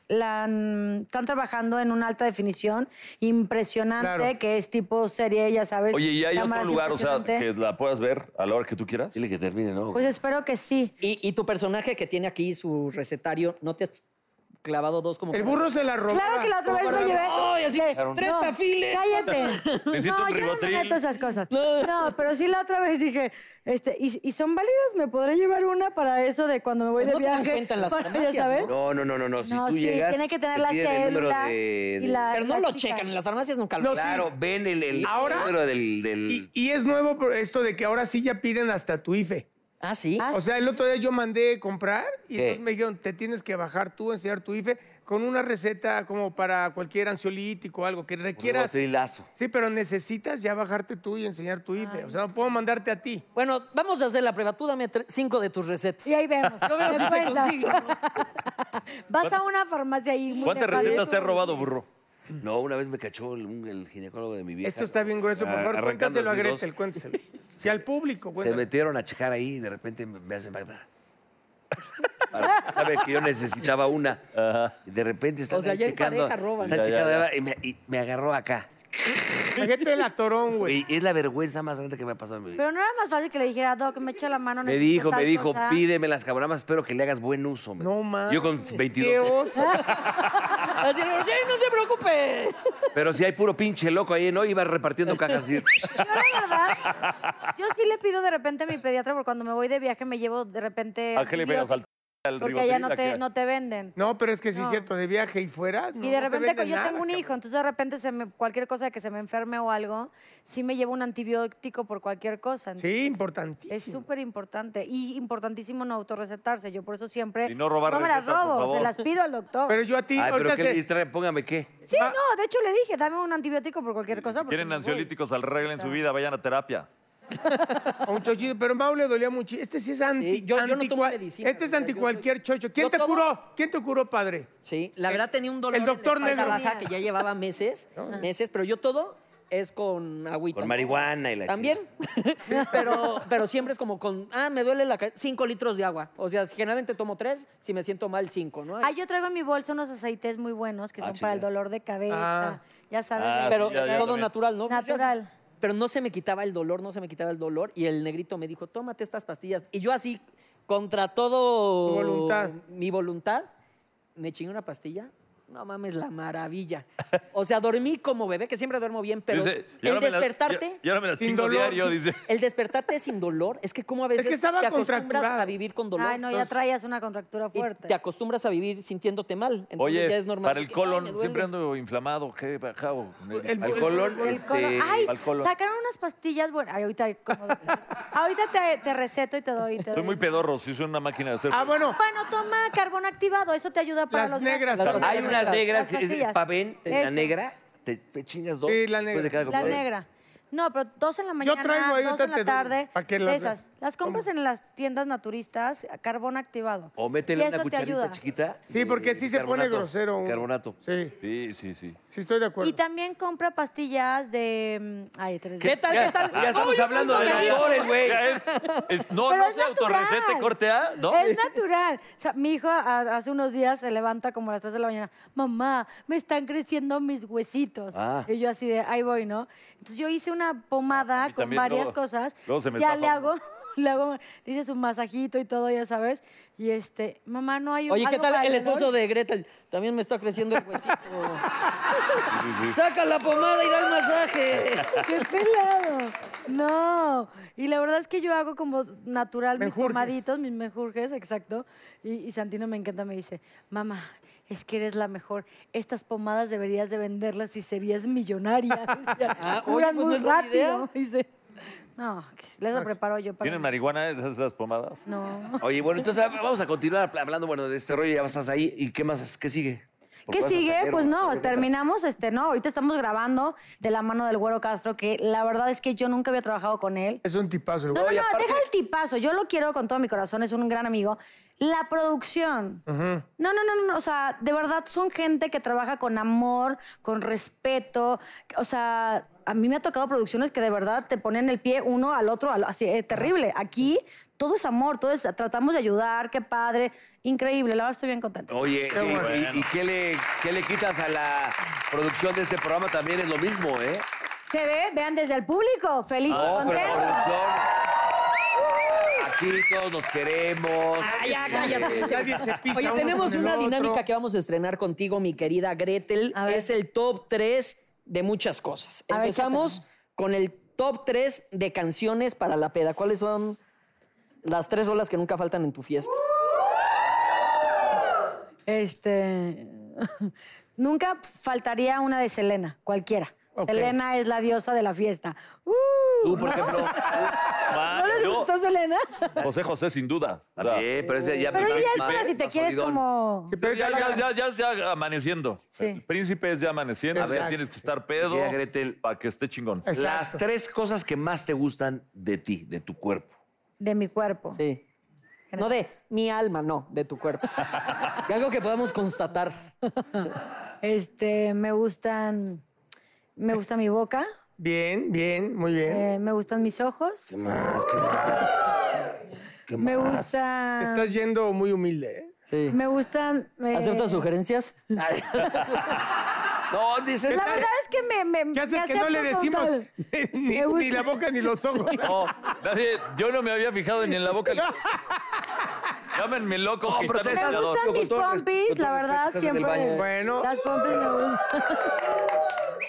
Speaker 6: la, mm, están trabajando en una alta definición impresionante,
Speaker 4: Claro.
Speaker 6: que es tipo serie, ya sabes.
Speaker 5: Oye, ¿y hay otro
Speaker 6: cámaras
Speaker 5: lugar, o sea, que
Speaker 6: impresionante.
Speaker 5: la puedas ver a la hora que tú quieras?
Speaker 3: Dile que termine, ¿no?
Speaker 6: Pues espero que sí.
Speaker 2: Y, y tu personaje que tiene aquí su recetario, ¿no te has clavado dos como...
Speaker 4: El burro se la robó.
Speaker 6: Claro que la otra vez me llevé.
Speaker 2: Ay, así,
Speaker 6: le-
Speaker 2: tres tafiles.
Speaker 6: Cállate.
Speaker 5: Necesito
Speaker 6: no,
Speaker 5: un
Speaker 6: yo no me
Speaker 5: ribotril.
Speaker 6: meto esas cosas. No, pero sí la otra vez dije, este, ¿y, y son válidas? ¿Me podré llevar una para eso de cuando me voy
Speaker 2: Pues
Speaker 6: de
Speaker 2: no se dan
Speaker 6: viaje?
Speaker 2: cuenta en las
Speaker 6: Para- ya
Speaker 2: farmacias,
Speaker 6: sabes.
Speaker 3: No, no, no, no, no. Si
Speaker 6: No,
Speaker 3: tú
Speaker 6: sí,
Speaker 3: llegas,
Speaker 6: tiene que tener
Speaker 3: te
Speaker 6: la
Speaker 3: piden el número
Speaker 6: cédula
Speaker 3: de-
Speaker 6: y
Speaker 3: de-
Speaker 6: la
Speaker 2: Pero no
Speaker 6: la
Speaker 2: lo
Speaker 6: chica.
Speaker 2: checan, en las farmacias nunca lo...
Speaker 4: No, sí.
Speaker 3: Claro, ven el, el
Speaker 4: ¿Ahora?
Speaker 3: número del... del-
Speaker 4: Y, y es nuevo por esto de que ahora sí ya piden hasta tu IFE.
Speaker 2: Ah, sí.
Speaker 6: Ah,
Speaker 4: O sea, el otro día yo mandé comprar y
Speaker 3: ¿Qué?
Speaker 4: entonces me dijeron, te tienes que bajar tú, enseñar tu IFE con una receta como para cualquier ansiolítico o algo que requieras.
Speaker 3: Lazo.
Speaker 4: Sí, pero necesitas ya bajarte tú y enseñar tu IFE. O sea, no puedo mandarte a ti.
Speaker 2: Bueno, vamos a hacer la prueba. Tú dame tre- cinco de tus recetas.
Speaker 6: y ahí vemos.
Speaker 2: Yo veo
Speaker 6: ¿Te
Speaker 2: si se
Speaker 6: cuentas?
Speaker 2: consigue. ¿no?
Speaker 6: Vas a una farmacia ahí. muy
Speaker 5: ¿Cuántas
Speaker 6: lejana.
Speaker 5: recetas te has robado, burro?
Speaker 3: No, una vez me cachó el, un- el ginecólogo de mi vieja.
Speaker 4: Esto está bien grueso, por
Speaker 3: Ah,
Speaker 4: favor,
Speaker 3: arrancando
Speaker 4: cuéntaselo a
Speaker 3: los dedos.
Speaker 4: Gretel, cuéntaselo. Si al público,
Speaker 3: Se
Speaker 4: cuéntaselo.
Speaker 3: metieron a checar ahí y de repente me, me hacen Magda. Para- Sabe que yo necesitaba una. Y de repente están
Speaker 2: O sea,
Speaker 3: ahí
Speaker 2: ya en
Speaker 3: checando.
Speaker 2: pareja roban.
Speaker 3: están
Speaker 5: Ya, ya,
Speaker 3: checando
Speaker 5: ya.
Speaker 3: y me, y me agarró acá.
Speaker 4: Imagínate el atorón, güey.
Speaker 3: Y es la vergüenza más grande que me ha pasado en mi vida.
Speaker 6: Pero no era más fácil que le dijera, Doc, me echa la mano.
Speaker 3: Me
Speaker 6: necesito
Speaker 3: dijo,
Speaker 6: tal
Speaker 3: me dijo,
Speaker 6: cosa".
Speaker 3: pídeme las cabronas, espero que le hagas buen uso. me
Speaker 4: No
Speaker 3: dijo.
Speaker 4: mames.
Speaker 3: Yo con
Speaker 4: Qué
Speaker 3: 22.
Speaker 4: oso.
Speaker 2: Así, "Oye, no se preocupe.
Speaker 3: Pero si hay puro pinche loco ahí, ¿no? Iba repartiendo cajas y...
Speaker 6: Yo, la verdad, yo sí le pido de repente a mi pediatra, porque cuando me voy de viaje me llevo de repente.
Speaker 5: ¿A qué le pegas al,
Speaker 6: antibióticos,
Speaker 5: al
Speaker 6: Porque
Speaker 5: ribotril?
Speaker 6: allá no
Speaker 5: "Pues, ¿A qué?
Speaker 6: te, no te venden.
Speaker 4: No, pero es que sí es
Speaker 6: No.
Speaker 4: cierto, de viaje y fuera. no, no
Speaker 6: y de
Speaker 4: te
Speaker 6: repente,
Speaker 4: venden
Speaker 6: yo
Speaker 4: nada,
Speaker 6: tengo un hijo, entonces de repente se me- cualquier cosa que se me enferme o algo, sí me llevo un antibiótico por cualquier cosa.
Speaker 4: cabrón. Sí,
Speaker 6: Es
Speaker 4: importantísimo.
Speaker 6: súper importante. Y importantísimo no autorrecetarse. Yo por eso siempre.
Speaker 5: Y no robar
Speaker 6: me las
Speaker 5: recetas, por
Speaker 6: robo,
Speaker 5: favor.
Speaker 6: se las pido al doctor.
Speaker 4: Pero yo a ti,
Speaker 3: Ay, pero
Speaker 4: ahorita
Speaker 3: ¿qué
Speaker 4: se-
Speaker 3: le distrae? Póngame qué.
Speaker 6: sí, no, de hecho le dije, dame un antibiótico por cualquier cosa. porque
Speaker 5: Quieren
Speaker 6: me voy.
Speaker 5: ansiolíticos, arreglen su vida, vayan a terapia.
Speaker 4: a un chochito, pero Mau le dolía mucho. Este sí es anti.
Speaker 2: Sí, yo- yo no
Speaker 4: anti-
Speaker 2: tomo medicina,
Speaker 4: Este
Speaker 2: o
Speaker 4: es
Speaker 2: sea,
Speaker 4: anti
Speaker 2: yo
Speaker 4: cualquier
Speaker 2: soy-
Speaker 4: chocho. ¿Quién
Speaker 2: yo
Speaker 4: te
Speaker 2: tomo-
Speaker 4: curó? ¿Quién te curó, padre?
Speaker 2: Sí, la verdad tenía un dolor
Speaker 4: el doctor
Speaker 2: en la espalda
Speaker 4: negro. Ah.
Speaker 2: baja que ya llevaba meses, meses, pero yo todo es con agüita.
Speaker 3: Con marihuana y la
Speaker 2: También, pero, pero siempre es como con, ah, me duele la cabeza, cinco litros de agua. O sea, generalmente tomo tres, si me siento mal, cinco, ¿no?
Speaker 6: Ah, yo traigo en mi bolsa unos aceites muy buenos que son para el dolor de cabeza. Ya sabes.
Speaker 5: Ah,
Speaker 6: de-
Speaker 2: pero
Speaker 5: sí, ya, ya
Speaker 2: todo
Speaker 5: también.
Speaker 2: natural, ¿no? Pues yo así-
Speaker 6: Natural.
Speaker 2: pero no se me quitaba el dolor, no se me quitaba el dolor. Y el negrito me dijo, tómate estas pastillas. Y yo así, contra todo
Speaker 4: Tu voluntad.
Speaker 2: mi voluntad, me chingué una pastilla. No mames, la maravilla. O sea, dormí como bebé, que siempre duermo bien, pero
Speaker 5: Dice, "Y
Speaker 2: el
Speaker 5: ahora me las-
Speaker 2: despertarte...
Speaker 5: y- Y ahora me las
Speaker 4: sin
Speaker 5: chingo
Speaker 4: dolor,
Speaker 5: diario,
Speaker 4: sin-
Speaker 5: dice.
Speaker 2: El despertarte sin dolor es que como a veces
Speaker 4: que estaba
Speaker 2: te acostumbras
Speaker 4: contracturado.
Speaker 2: a vivir con dolor.
Speaker 6: Ay, no, ya traías una contractura
Speaker 2: Y
Speaker 6: fuerte.
Speaker 2: te acostumbras a vivir sintiéndote mal. Entonces
Speaker 5: Oye,
Speaker 2: ya es normal.
Speaker 5: para el
Speaker 2: que, "Ay, me
Speaker 5: colon,
Speaker 2: duele".
Speaker 5: siempre ando inflamado, ¿qué? Bajao.
Speaker 4: El-
Speaker 3: Al
Speaker 4: el-
Speaker 3: colon,
Speaker 6: El
Speaker 3: este...
Speaker 6: colon- Ay,
Speaker 5: al colon.
Speaker 6: sacaron unas pastillas. Bueno, ay, ahorita, como- ahorita te, te receto y te doy. te
Speaker 5: Soy
Speaker 6: doy.
Speaker 5: muy pedorro, si soy una máquina de hacer.
Speaker 4: Ah, bueno.
Speaker 6: Bueno, toma carbón activado, eso te ayuda para
Speaker 4: Las
Speaker 6: los
Speaker 4: negras
Speaker 6: gastos.
Speaker 4: también.
Speaker 3: Hay unas negras, que es
Speaker 6: pastillas.
Speaker 3: Spaven, la
Speaker 6: Eso,
Speaker 3: negra, te, te chingas dos.
Speaker 4: Sí, la
Speaker 3: después
Speaker 4: negra.
Speaker 3: de cada
Speaker 6: La
Speaker 3: comida.
Speaker 6: negra. No, pero dos en la mañana,
Speaker 4: traigo ahí,
Speaker 6: dos
Speaker 4: ahorita
Speaker 6: en
Speaker 4: te
Speaker 6: la
Speaker 4: doy.
Speaker 6: tarde.
Speaker 4: ¿Para qué
Speaker 6: de
Speaker 4: las-
Speaker 6: esas. Las compras en las tiendas naturistas, a carbón activado.
Speaker 3: O
Speaker 6: Y
Speaker 3: métele
Speaker 6: eso
Speaker 3: una
Speaker 6: te
Speaker 3: cucharita
Speaker 6: ayuda.
Speaker 3: chiquita.
Speaker 4: Sí,
Speaker 3: de
Speaker 4: porque sí se pone
Speaker 3: bicarbonato,
Speaker 4: grosero. uno.
Speaker 3: Bicarbonato.
Speaker 4: Sí,
Speaker 5: Sí, sí, sí.
Speaker 4: sí estoy de acuerdo.
Speaker 6: Y también compra pastillas de... mm, Ay, tres
Speaker 2: ¿Qué tal, qué tal?
Speaker 3: Ya estamos
Speaker 2: Oye,
Speaker 3: hablando de
Speaker 2: no me digas.
Speaker 3: doctores, güey.
Speaker 5: Ya es- es- no,
Speaker 6: Pero
Speaker 5: no
Speaker 6: es
Speaker 5: se autorrecete,
Speaker 6: natural.
Speaker 5: corte A, ¿no?
Speaker 6: Es natural. O sea, mi hijo a- hace unos días se levanta como a las 3 de la mañana. Mamá, me están creciendo mis huesitos.
Speaker 3: Ah.
Speaker 6: Y yo así de, ahí voy, ¿no? Entonces yo hice una pomada
Speaker 5: Ah, A mí
Speaker 6: con
Speaker 5: también,
Speaker 6: varias
Speaker 5: luego-
Speaker 6: cosas.
Speaker 5: luego se me
Speaker 6: ya
Speaker 5: zafa
Speaker 6: le
Speaker 5: uno.
Speaker 6: hago, le hago, le hice su masajito y todo, ya sabes. Y este, mamá, no hay un-
Speaker 2: Oye, ¿qué
Speaker 6: algo
Speaker 2: tal
Speaker 6: para
Speaker 2: el
Speaker 6: dolor?"
Speaker 2: esposo de Gretel? También me está creciendo el huesito. Saca la pomada y da el masaje.
Speaker 6: ¡Qué pelado! No. Y la verdad es que yo hago como natural mis
Speaker 4: Menjurjes.
Speaker 6: pomaditos, mis menjurjes, exacto. Y, y Santino me encanta, me dice, mamá, es que eres la mejor. Estas pomadas deberías de venderlas y serías millonaria. Decía,
Speaker 2: Ah, oye, pues,
Speaker 6: Curan
Speaker 2: no
Speaker 6: muy
Speaker 2: es buena
Speaker 6: rápido. Dice, no, les lo preparo yo para...
Speaker 5: ¿Tienen marihuana esas, esas pomadas?
Speaker 6: No.
Speaker 3: Oye, bueno, entonces ah, vamos a continuar hablando, bueno, de este rollo, ya estás ahí. ¿Y qué más? ¿Qué sigue? Porque
Speaker 6: ¿Qué
Speaker 3: vas a
Speaker 6: sigue?
Speaker 3: saber,
Speaker 6: Pues
Speaker 3: vas a
Speaker 6: no,
Speaker 3: saber.
Speaker 6: terminamos, este, no, ahorita estamos grabando de la mano del Güero Castro, que la verdad es que yo nunca había trabajado con él.
Speaker 4: Es un tipazo el
Speaker 6: No,
Speaker 4: güey.
Speaker 6: no, no, deja el tipazo. Yo lo quiero con todo mi corazón, es un gran amigo. La producción. No, no, no, no, no, O sea, de verdad son gente que trabaja con amor, con respeto. O sea, a mí me ha tocado producciones que de verdad te ponen el pie uno al otro, al- así, eh, terrible. Aquí todo es amor, todo es, tratamos de ayudar, qué padre. Increíble, la verdad estoy bien contenta.
Speaker 3: Oye,
Speaker 4: Qué
Speaker 3: ¿y- y-
Speaker 4: bueno.
Speaker 3: ¿y, qué, le, qué le quitas a la producción de este programa? También es lo mismo, ¿eh?
Speaker 6: Se ve, vean desde el público, feliz,
Speaker 3: Ah, No, pero la
Speaker 6: contento.
Speaker 3: producción. Aquí todos nos queremos.
Speaker 4: Nadie se pisa
Speaker 2: Oye,
Speaker 4: uno
Speaker 2: tenemos
Speaker 4: con el
Speaker 2: una
Speaker 4: otro.
Speaker 2: dinámica que vamos a estrenar contigo, mi querida Gretel.
Speaker 6: A ver.
Speaker 2: Es el top 3 de muchas cosas.
Speaker 6: A ver,
Speaker 2: Empezamos con el top 3 de canciones para la peda. ¿Cuáles son las tres olas que nunca faltan en tu fiesta?
Speaker 6: Este. Nunca faltaría una de Selena, cualquiera.
Speaker 4: Ok.
Speaker 6: Selena es la diosa de la fiesta. ¡Uh!
Speaker 3: Tú, por ejemplo,
Speaker 5: Ah,
Speaker 6: ¿No les
Speaker 5: yo,
Speaker 6: gustó Selena?
Speaker 5: José José, sin duda. O sea,
Speaker 3: También, pero ese ya...
Speaker 6: Pero
Speaker 3: más-
Speaker 6: ya es
Speaker 3: más-
Speaker 6: para si te
Speaker 3: más
Speaker 6: quieres
Speaker 3: solidón.
Speaker 6: como...
Speaker 4: Sí, pero
Speaker 5: ya,
Speaker 4: ya-
Speaker 5: ya, ya, ya, es ya amaneciendo.
Speaker 6: Sí.
Speaker 5: El príncipe es ya amaneciendo.
Speaker 4: Exacto.
Speaker 5: ya tienes que estar pedo
Speaker 3: Llega Gretel.
Speaker 5: para que esté chingón.
Speaker 3: Las
Speaker 4: Exacto.
Speaker 3: tres cosas que más te gustan de ti, de tu cuerpo.
Speaker 6: De mi cuerpo.
Speaker 2: Sí. No de mi alma, no, de tu cuerpo. Y algo que podamos constatar.
Speaker 6: Este, me gustan... Me gusta mi boca,
Speaker 4: Bien, bien, muy bien.
Speaker 6: eh, me gustan mis ojos,
Speaker 3: ¿Qué más? ¿Qué más? ¿Qué
Speaker 6: me
Speaker 3: más?
Speaker 2: ah.
Speaker 4: Te
Speaker 6: gusta...
Speaker 4: Estás yendo muy humilde, ¿eh?
Speaker 2: Sí.
Speaker 6: Me gustan... eh,
Speaker 2: ¿Hacer otras sugerencias?
Speaker 3: No, dices...
Speaker 6: La verdad es que me... me
Speaker 4: ¿Qué haces
Speaker 6: me
Speaker 4: que no le
Speaker 6: acepto
Speaker 4: decimos
Speaker 6: total.
Speaker 4: ni,
Speaker 6: Me gusta.
Speaker 4: ni la boca ni los ojos?
Speaker 5: No, nadie- yo no me había fijado ni en la boca. Llámenme loco. gitano
Speaker 3: protesta.
Speaker 6: Me
Speaker 3: Estás
Speaker 5: soñador.
Speaker 6: gustan
Speaker 3: con
Speaker 6: mis
Speaker 3: todo el respeto,
Speaker 6: pompis,
Speaker 3: con todo
Speaker 6: la
Speaker 3: el respeto,
Speaker 6: verdad,
Speaker 3: estás en el
Speaker 6: siempre.
Speaker 3: baño.
Speaker 4: Bueno.
Speaker 6: Las pompis me gustan.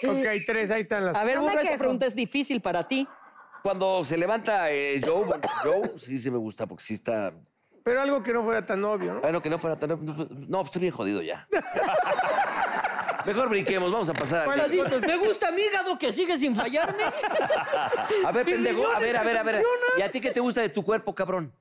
Speaker 4: Ok, tres, ahí están las.
Speaker 2: A ver,
Speaker 6: No me
Speaker 2: burra, esta
Speaker 6: quejo.
Speaker 2: pregunta es difícil para ti.
Speaker 3: Cuando se levanta eh, Joe, bueno, Joe, sí, sí me gusta porque sí está...
Speaker 4: Pero algo que no fuera tan obvio, ¿no?
Speaker 3: Bueno, que no fuera tan... No, estoy bien jodido ya. Mejor brinquemos, vamos a pasar.
Speaker 4: ¿Cuál
Speaker 3: al-
Speaker 4: es?
Speaker 2: me gusta mi hígado que sigue sin fallarme.
Speaker 3: A ver,
Speaker 2: Mis
Speaker 3: pendejo, a
Speaker 2: riñones
Speaker 3: ver, a
Speaker 2: me
Speaker 3: ver, a ver.
Speaker 2: funcionan.
Speaker 6: ¿eh?
Speaker 3: ¿Y a ti qué te gusta de tu cuerpo, cabrón?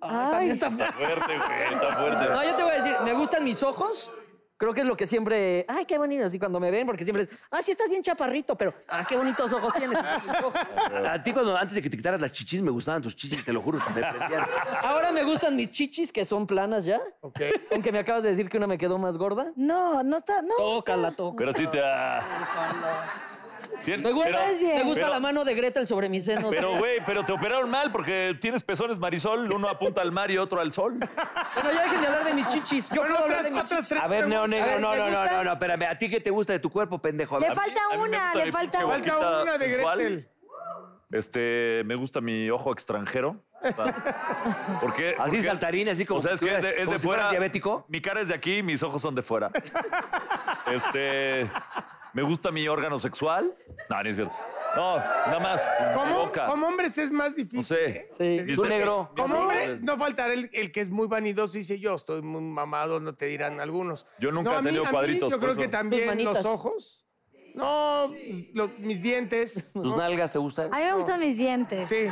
Speaker 6: Ay,
Speaker 5: Está fuerte, güey, está fuerte.
Speaker 2: No, yo te voy a decir, me gustan mis ojos. Creo que es lo que siempre. Ay, qué bonito. Así cuando me ven, porque siempre es. Ah, sí, estás bien chaparrito, pero. Ah, qué bonitos ojos tienes.
Speaker 3: A ti cuando antes de que te quitaras las chichis me gustaban tus chichis, te lo juro, me prendían.
Speaker 2: Ahora me gustan mis chichis, que son planas ya.
Speaker 4: Ok.
Speaker 2: Aunque me acabas de decir que una me quedó más gorda.
Speaker 6: No, no está. No.
Speaker 4: Oh,
Speaker 2: Tócala, tócala.
Speaker 5: Pero sí te... ah. Tien-
Speaker 2: Me gusta,
Speaker 5: pero-
Speaker 2: me gusta
Speaker 5: pero-
Speaker 2: la mano de Gretel sobre mis senos.
Speaker 5: Pero, güey, pero te operaron mal porque tienes pezones marisol, uno apunta al mar y otro al sol.
Speaker 2: Bueno, ya dejen de hablar de mis chichis. Yo
Speaker 4: Bueno,
Speaker 2: puedo hablar
Speaker 4: otras,
Speaker 2: de mis
Speaker 4: otras
Speaker 2: chichis.
Speaker 4: tres.
Speaker 3: A ver, Neo
Speaker 2: A
Speaker 3: Negro,
Speaker 2: ver,
Speaker 3: no,
Speaker 2: ¿te
Speaker 3: no, no,
Speaker 2: gusta?
Speaker 3: no, no, espérame. ¿A ti qué te gusta de tu cuerpo, pendejo? A
Speaker 6: Le
Speaker 3: ver,
Speaker 5: mí-
Speaker 6: falta
Speaker 5: a mí me
Speaker 6: una,
Speaker 5: gusta
Speaker 6: le
Speaker 5: mi
Speaker 6: falta
Speaker 5: pinche
Speaker 6: una.
Speaker 5: boquita.
Speaker 4: Falta una de
Speaker 5: sexual.
Speaker 4: Gretel.
Speaker 5: Este, me gusta mi ojo extranjero. Porque
Speaker 3: Así saltarín, así como
Speaker 5: O sea, es
Speaker 3: si
Speaker 5: que es
Speaker 3: fuera-
Speaker 5: de, es
Speaker 3: como
Speaker 5: de
Speaker 3: si fueras
Speaker 5: fuera.
Speaker 3: diabético.
Speaker 5: Mi cara es de aquí, mis ojos son de fuera. Este, me gusta mi órgano sexual. No, no es cierto. No, nada más. mi
Speaker 4: Como,
Speaker 5: boca.
Speaker 4: como hombres es más difícil.
Speaker 5: No sé. Este,
Speaker 2: Sí.
Speaker 5: Y
Speaker 3: Tú,
Speaker 5: te-
Speaker 3: negro.
Speaker 5: yo
Speaker 4: Como
Speaker 5: no-
Speaker 4: hombre, no faltará el, el que es muy vanidoso y dice yo estoy muy mamado, no te dirán algunos.
Speaker 5: Yo nunca
Speaker 4: No,
Speaker 5: he
Speaker 4: a mí-
Speaker 5: tenido
Speaker 4: a mí
Speaker 5: cuadritos,
Speaker 4: Yo
Speaker 5: por
Speaker 4: creo que
Speaker 5: eso.
Speaker 2: Tus
Speaker 4: también
Speaker 2: manitas.
Speaker 4: los ojos. No, lo- mis dientes.
Speaker 3: ¿Tus nalgas te gustan?
Speaker 6: A mí me gustan mis dientes.
Speaker 4: Sí.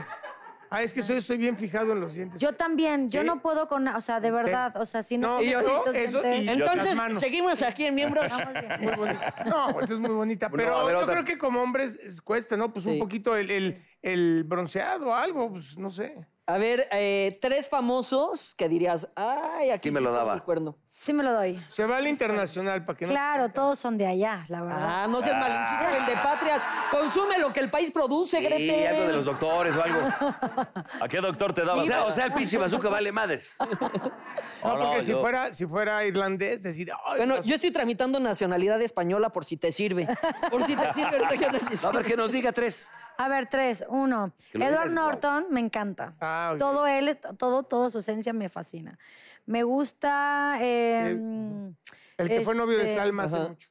Speaker 4: Ah, es que soy, soy bien fijado en los dientes.
Speaker 6: Yo también. Yo no puedo con. O sea, de verdad. O sea, si no.
Speaker 4: No,
Speaker 6: tengo
Speaker 4: yo
Speaker 6: deditos,
Speaker 4: eso
Speaker 6: dientes,
Speaker 4: y-
Speaker 2: Entonces,
Speaker 4: Las manos.
Speaker 2: seguimos aquí en miembros.
Speaker 6: estamos bien.
Speaker 4: Muy bonita. No, pues es muy bonita. Pero
Speaker 3: a ver,
Speaker 4: yo
Speaker 3: otra.
Speaker 4: creo que como hombres es- cuesta, ¿no? Pues
Speaker 2: Sí.
Speaker 4: un poquito el, el- el bronceado, algo, pues no sé.
Speaker 2: A ver, eh, tres famosos que dirías, ay, aquí
Speaker 3: Sí me lo
Speaker 2: pongo
Speaker 3: daba.
Speaker 2: el cuerno.
Speaker 6: Sí me lo doy.
Speaker 4: Se va al internacional para que no.
Speaker 6: Claro, todos son de allá, la verdad.
Speaker 2: Ah, no seas malinchista, vende patrias. Consume lo que el país produce, Gretel.
Speaker 3: Sí, algo de los doctores o algo.
Speaker 5: ¿A qué doctor te
Speaker 3: O
Speaker 5: dabas?
Speaker 3: sea, o sea, el pinche bazooka vale madres.
Speaker 4: No,
Speaker 5: No, no,
Speaker 4: porque si,
Speaker 5: yo-
Speaker 4: fuera, si fuera irlandés, decir. "Ay,
Speaker 2: Bueno,
Speaker 4: las-
Speaker 2: yo estoy tramitando nacionalidad española por si te sirve. Por si te sirve, ahorita ya necesito.
Speaker 3: A ver, que nos diga tres.
Speaker 6: A ver, tres. Uno.
Speaker 3: lo digas,
Speaker 6: Edward
Speaker 3: wow.
Speaker 6: Norton me encanta.
Speaker 4: Ah, ok.
Speaker 6: Todo él, todo, todo su esencia me fascina. Me gusta. eh,
Speaker 4: El que fue novio de
Speaker 6: este,
Speaker 4: Salma hace
Speaker 2: Ajá.
Speaker 4: mucho.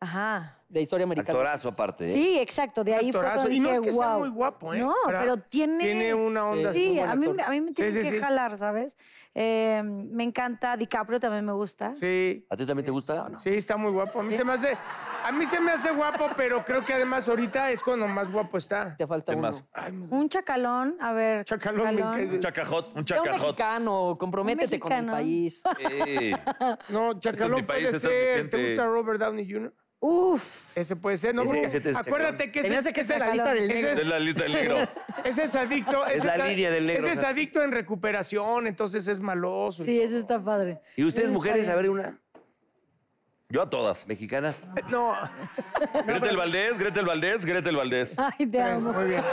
Speaker 6: Ajá.
Speaker 2: De historia americana.
Speaker 3: Actorazo aparte, ¿eh?
Speaker 6: Sí, exacto. De
Speaker 4: Un
Speaker 6: ahí fue
Speaker 4: actorazo.
Speaker 6: cuando
Speaker 4: Y no es
Speaker 6: dije,
Speaker 4: que sea
Speaker 6: "Guau".
Speaker 4: muy guapo, ¿eh?
Speaker 6: No,
Speaker 4: Pero
Speaker 6: pero tiene...
Speaker 4: tiene una onda, es muy
Speaker 6: Sí,
Speaker 4: buen
Speaker 6: a mí,
Speaker 4: actor.
Speaker 6: a mí me
Speaker 4: Sí,
Speaker 6: tiene
Speaker 4: sí,
Speaker 6: que
Speaker 4: sí.
Speaker 6: jalar, ¿sabes? Eh, me encanta. DiCaprio también me gusta.
Speaker 4: Sí.
Speaker 3: ¿A ti también te gusta o no?
Speaker 4: Sí, está muy guapo. A mí se me hace. A mí se me hace guapo, pero creo que además ahorita es cuando más guapo está.
Speaker 2: Te falta
Speaker 5: ¿Quién
Speaker 2: uno.
Speaker 5: más?
Speaker 4: Ay, me-
Speaker 6: Un chacalón, a ver.
Speaker 4: Chacalón, me cae
Speaker 5: Un
Speaker 4: de-
Speaker 5: chacajot, un
Speaker 2: Sea un
Speaker 5: chacajot.
Speaker 2: mexicano, comprométete
Speaker 6: Un
Speaker 2: con
Speaker 6: mexicano.
Speaker 2: el país.
Speaker 3: Ah,
Speaker 5: Sí.
Speaker 4: No,
Speaker 5: mi
Speaker 4: Chacalón
Speaker 5: país,
Speaker 4: puede
Speaker 5: esa es mi
Speaker 4: ser. ¿Te
Speaker 5: gente.
Speaker 4: gusta Robert Downey Jr.?
Speaker 6: Uf.
Speaker 4: Ese puede ser, ¿no?
Speaker 3: Ese- ese te es
Speaker 4: Acuérdate que
Speaker 2: Se
Speaker 4: ese,
Speaker 2: me hace que
Speaker 4: ese
Speaker 2: es la
Speaker 4: es-
Speaker 2: lista del
Speaker 4: ese
Speaker 2: negro.
Speaker 5: Es
Speaker 4: es-
Speaker 5: la lista del negro.
Speaker 4: ese es adicto. ese
Speaker 3: la
Speaker 4: está-
Speaker 3: línea del negro,
Speaker 4: Ese es
Speaker 3: o sea.
Speaker 4: adicto en recuperación, entonces es maloso.
Speaker 6: Sí, eso está padre.
Speaker 3: ¿Y ustedes,
Speaker 6: Eso está
Speaker 3: mujeres,
Speaker 6: bien.
Speaker 3: a ver una?
Speaker 5: Yo a todas.
Speaker 3: Mexicanas.
Speaker 4: No,
Speaker 5: Gretel Valdés, Gretel Valdés, Gretel Valdés.
Speaker 6: Ay, te
Speaker 4: es
Speaker 6: amo.
Speaker 4: pues, muy bien.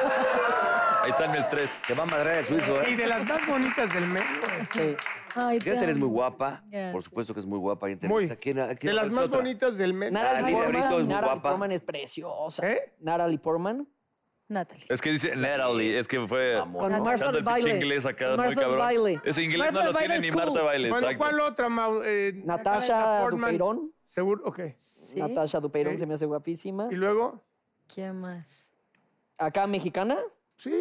Speaker 5: Ahí están mis tres.
Speaker 3: Te va a madrear el suizo,
Speaker 4: Y
Speaker 3: ¿eh?
Speaker 4: de las más bonitas del mes.
Speaker 2: Sí.
Speaker 6: Ay, te
Speaker 3: Gretel es muy
Speaker 6: amo.
Speaker 3: guapa.
Speaker 6: Gracias.
Speaker 3: Por supuesto que es muy guapa. Y
Speaker 4: Muy.
Speaker 3: interesa. ¿Quién- a- quién-
Speaker 4: De las
Speaker 3: qué
Speaker 4: más
Speaker 3: otra?
Speaker 4: bonitas del mes.
Speaker 2: Nara
Speaker 3: Natalie Brito es
Speaker 2: Portman,
Speaker 3: muy
Speaker 2: Nara
Speaker 3: guapa.
Speaker 2: Portman es preciosa.
Speaker 4: ¿Eh?
Speaker 2: Nara Portman.
Speaker 6: Natalie.
Speaker 5: Es que dice Natalie, es que fue
Speaker 2: Con
Speaker 5: Marcando
Speaker 2: Martha
Speaker 5: el
Speaker 2: Bailey.
Speaker 5: pinche inglés acá,
Speaker 2: Con
Speaker 5: muy
Speaker 2: Martha
Speaker 5: cabrón.
Speaker 2: Bailey.
Speaker 5: Ese inglés
Speaker 2: Martha
Speaker 5: no lo tiene
Speaker 2: Bailey
Speaker 5: ni
Speaker 2: es cool.
Speaker 5: Marta Baile,
Speaker 4: Bueno,
Speaker 5: exacto.
Speaker 4: ¿cuál otra, Mau? Eh,
Speaker 2: Natasha
Speaker 4: Portman.
Speaker 2: Dupeirón.
Speaker 4: Seguro, ok.
Speaker 6: Sí.
Speaker 2: Natasha Dupeirón
Speaker 4: Sí.
Speaker 2: se me hace guapísima.
Speaker 4: ¿Y luego?
Speaker 6: ¿Quién más?
Speaker 2: Acá mexicana.
Speaker 4: Sí.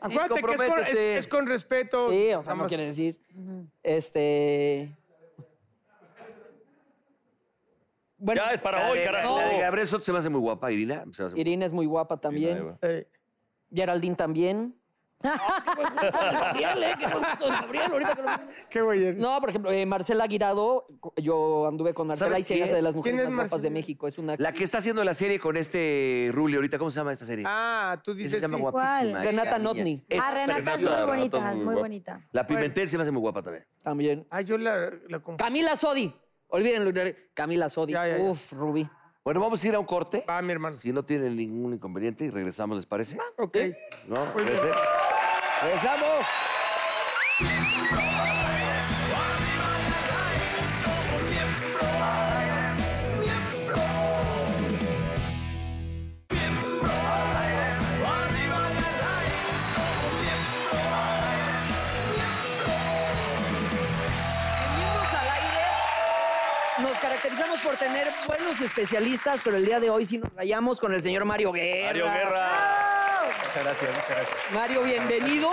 Speaker 4: Acuérdate que es con, es-
Speaker 3: comprométete.
Speaker 4: es con respeto.
Speaker 2: Sí, o sea, no
Speaker 4: Nada
Speaker 2: quiere
Speaker 4: más.
Speaker 2: decir. Este. Bueno,
Speaker 5: Ya es para
Speaker 3: La
Speaker 5: hoy,
Speaker 3: de-
Speaker 5: carajo.
Speaker 3: La de Gabriel Soto se me hace muy guapa. Irina se me hace muy
Speaker 2: Irina es muy guapa también.
Speaker 5: Ahí va.
Speaker 4: Eh,
Speaker 2: Geraldine también.
Speaker 7: Ah, Gabriel, ¿eh? Qué buen gusto de Gabriel, ahorita que lo veo.
Speaker 4: Qué güey.
Speaker 8: No, por ejemplo, eh, Marcela Guirado, yo anduve con Marcela
Speaker 3: ¿Sabes
Speaker 8: y se ella
Speaker 3: quién?
Speaker 8: es de las mujeres más
Speaker 4: ¿Quién es
Speaker 8: guapas
Speaker 4: Marcela?
Speaker 8: de México. Es una
Speaker 3: La que está haciendo la serie con este Rulli ahorita, ¿cómo se llama esta serie?
Speaker 4: Ah, tú
Speaker 3: Esa se
Speaker 4: dices.
Speaker 3: llama
Speaker 4: sí.
Speaker 3: guapísima.
Speaker 6: ¿Cuál?
Speaker 3: hija
Speaker 8: Renata
Speaker 3: mía.
Speaker 8: Notni.
Speaker 3: Es
Speaker 6: Ah, Renata es
Speaker 3: preciosa.
Speaker 6: muy
Speaker 5: Renata,
Speaker 6: bonita,
Speaker 5: muy
Speaker 6: muy
Speaker 5: guapa.
Speaker 6: bonita.
Speaker 3: La Pimentel se me hace muy guapa también.
Speaker 8: también.
Speaker 4: Ah, yo la, la confundí.
Speaker 8: Camila Sodi. Olvídenlo. Camila Sodi.
Speaker 4: Ya, ya, ya.
Speaker 8: Uf, Rubí.
Speaker 3: Bueno, vamos a ir a un corte.
Speaker 4: Va, mi hermano.
Speaker 3: Si no tienen ningún inconveniente y regresamos, ¿les parece?
Speaker 4: Ok.
Speaker 3: ¿No?
Speaker 4: Muy bien.
Speaker 3: Regresamos. Regresamos.
Speaker 8: En Miembros al Aire Nos caracterizamos por tener buenos especialistas, pero el día de hoy sí nos rayamos con el señor Mario Guerra.
Speaker 5: Mario Guerra.
Speaker 1: Muchas gracias, muchas gracias.
Speaker 8: Mario, bienvenido.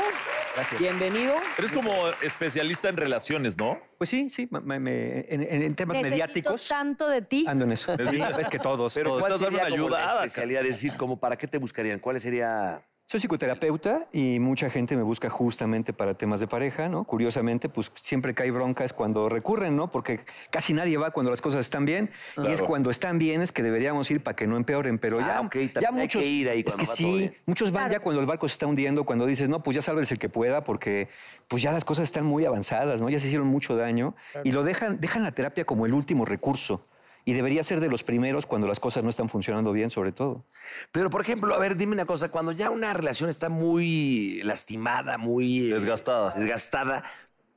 Speaker 1: Gracias.
Speaker 8: Bienvenido.
Speaker 5: Eres como especialista en relaciones, ¿no?
Speaker 9: Pues sí, sí, me- me- me- en, en- en temas
Speaker 6: Necesito
Speaker 9: mediáticos.
Speaker 6: tanto de ti.
Speaker 9: Ando en eso. Sí, es que todos.
Speaker 5: Pero
Speaker 9: todos.
Speaker 5: fue- Estás dando una Ah,
Speaker 3: como la
Speaker 5: ayudada,
Speaker 3: especialidad? Es decir, como ¿para qué te buscarían? ¿Cuál sería...?
Speaker 9: Soy psicoterapeuta y mucha gente me busca justamente para temas de pareja, ¿no? Curiosamente, pues siempre cae broncas cuando recurren, ¿no? Porque casi nadie va cuando las cosas están bien y es cuando están bien es que deberíamos ir para que no empeoren, pero
Speaker 3: Ah,
Speaker 9: ya,
Speaker 3: ok,
Speaker 9: ya
Speaker 3: también hay
Speaker 9: muchos
Speaker 3: que ir ahí
Speaker 9: es
Speaker 3: cuando
Speaker 9: que
Speaker 3: va todo
Speaker 9: sí,
Speaker 3: bien.
Speaker 9: muchos van
Speaker 6: Claro.
Speaker 9: ya cuando el barco se está hundiendo, cuando dices, "No, pues ya sálvese el que pueda" porque pues ya las cosas están muy avanzadas, ¿no? Ya se hicieron mucho daño y lo dejan dejan la terapia como el último recurso. Y debería ser de los primeros cuando las cosas no están funcionando bien, sobre todo.
Speaker 3: Pero, por ejemplo, a ver, dime una cosa. Cuando ya una relación está muy lastimada, muy... eh,
Speaker 5: Desgastada.
Speaker 3: Desgastada,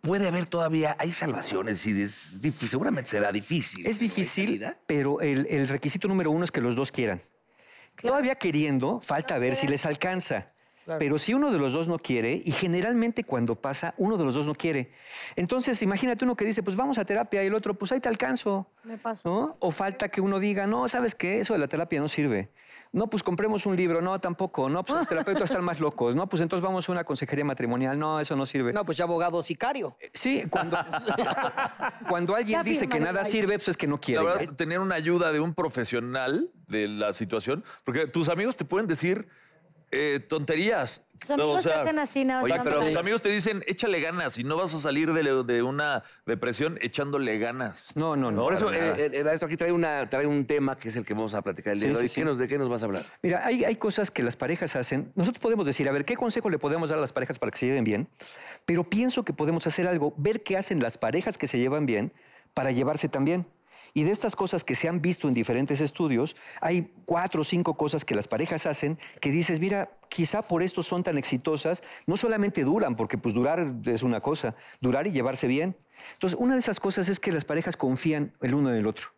Speaker 3: puede haber todavía... Hay salvaciones, es decir, es difícil, seguramente será difícil. pero
Speaker 9: Es
Speaker 3: hay
Speaker 9: difícil,
Speaker 3: salida.
Speaker 9: pero el, el requisito número uno es que los dos quieran. Todavía queriendo, falta ver si les alcanza. Pero si uno de los dos no quiere, y generalmente cuando pasa, uno de los dos no quiere. Entonces, imagínate uno que dice, pues vamos a terapia, y el otro, pues ahí te alcanzo.
Speaker 6: Me pasó.
Speaker 9: ¿no? O falta que uno diga, no, ¿sabes qué? Eso de la terapia no sirve. No, pues compremos un libro, no, tampoco. No, pues los terapeutas están más locos. No, pues entonces vamos a una consejería matrimonial. No, eso no sirve.
Speaker 8: No, pues ya abogado sicario.
Speaker 9: Sí, cuando, cuando alguien
Speaker 6: Ya
Speaker 9: dice que
Speaker 6: fírmale,
Speaker 9: nada
Speaker 6: bye.
Speaker 9: sirve, pues es que no quiere.
Speaker 5: La verdad, tener una ayuda de un profesional de la situación, porque tus amigos te pueden decir eh, tonterías.
Speaker 6: Tus amigos te hacen así, nada más
Speaker 5: Oye,
Speaker 6: dando
Speaker 5: pero
Speaker 6: la-
Speaker 5: tus amigos te dicen, échale ganas y no vas a salir de, de una depresión echándole ganas.
Speaker 9: No, no, no.
Speaker 3: Por eso,
Speaker 9: para nada.
Speaker 3: eh, eh, esto aquí trae, una, trae un tema que es el que vamos a platicar el día
Speaker 9: Sí,
Speaker 3: de hoy.
Speaker 9: sí,
Speaker 3: ¿Qué
Speaker 9: sí.
Speaker 3: nos- ¿De qué nos vas a hablar?
Speaker 9: Mira, hay, hay cosas que las parejas hacen. Nosotros podemos decir, a ver, ¿qué consejo le podemos dar a las parejas para que se lleven bien? Pero pienso que podemos hacer algo, ver qué hacen las parejas que se llevan bien para llevarse tan bien. Y de estas cosas que se han visto en diferentes estudios, hay cuatro o cinco cosas que las parejas hacen que dices, mira, quizá por esto son tan exitosas, no solamente duran, porque pues durar es una cosa, durar y llevarse bien. Entonces, una de esas cosas es que las parejas confían el uno en el otro.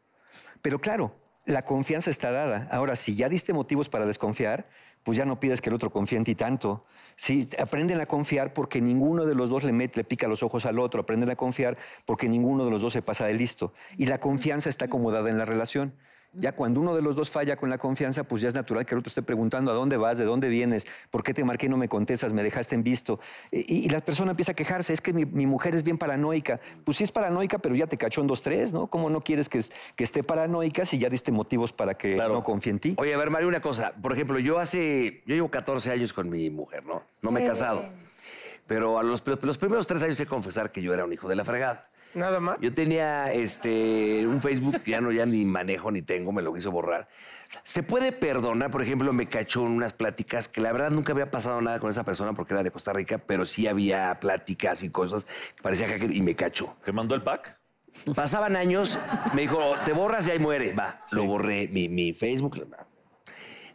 Speaker 9: Pero claro, la confianza está dada. Ahora, si ya diste motivos para desconfiar, pues ya no pides que el otro confíe en ti tanto. Sí, aprenden a confiar porque ninguno de los dos le, met- le pica los ojos al otro. Aprenden a confiar porque ninguno de los dos se pasa de listo. Y la confianza está acomodada en la relación. Ya cuando uno de los dos falla con la confianza, pues ya es natural que el otro esté preguntando a dónde vas, de dónde vienes, por qué te marqué y no me contestas, me dejaste en visto. Eh, Y, y la persona empieza a quejarse, es que mi, mi mujer es bien paranoica. Pues sí es paranoica, pero ya te cachó en dos, tres, ¿no? ¿Cómo no quieres que, es- que esté paranoica si ya diste motivos para que
Speaker 5: Claro.
Speaker 9: no confíe en ti?
Speaker 3: Oye, a ver, Mario, una cosa. Por ejemplo, yo hace. Yo llevo 14 años con mi mujer, ¿no? No me he
Speaker 6: Qué
Speaker 3: casado.
Speaker 6: bien.
Speaker 3: Pero a los, los primeros tres años he de confesar que yo era un hijo de la fregada.
Speaker 4: Nada más.
Speaker 3: Yo tenía este, un Facebook que ya no ya ni manejo ni tengo, me lo hizo borrar. Se puede perdonar, por ejemplo, me cachó en unas pláticas que la verdad nunca había pasado nada con esa persona porque era de Costa Rica, pero sí había pláticas y cosas que parecía hacker y me cachó.
Speaker 5: ¿Te mandó el pack?
Speaker 3: Pasaban años, me dijo, te borras y ahí muere. Va, lo borré, mi, mi Facebook. lo-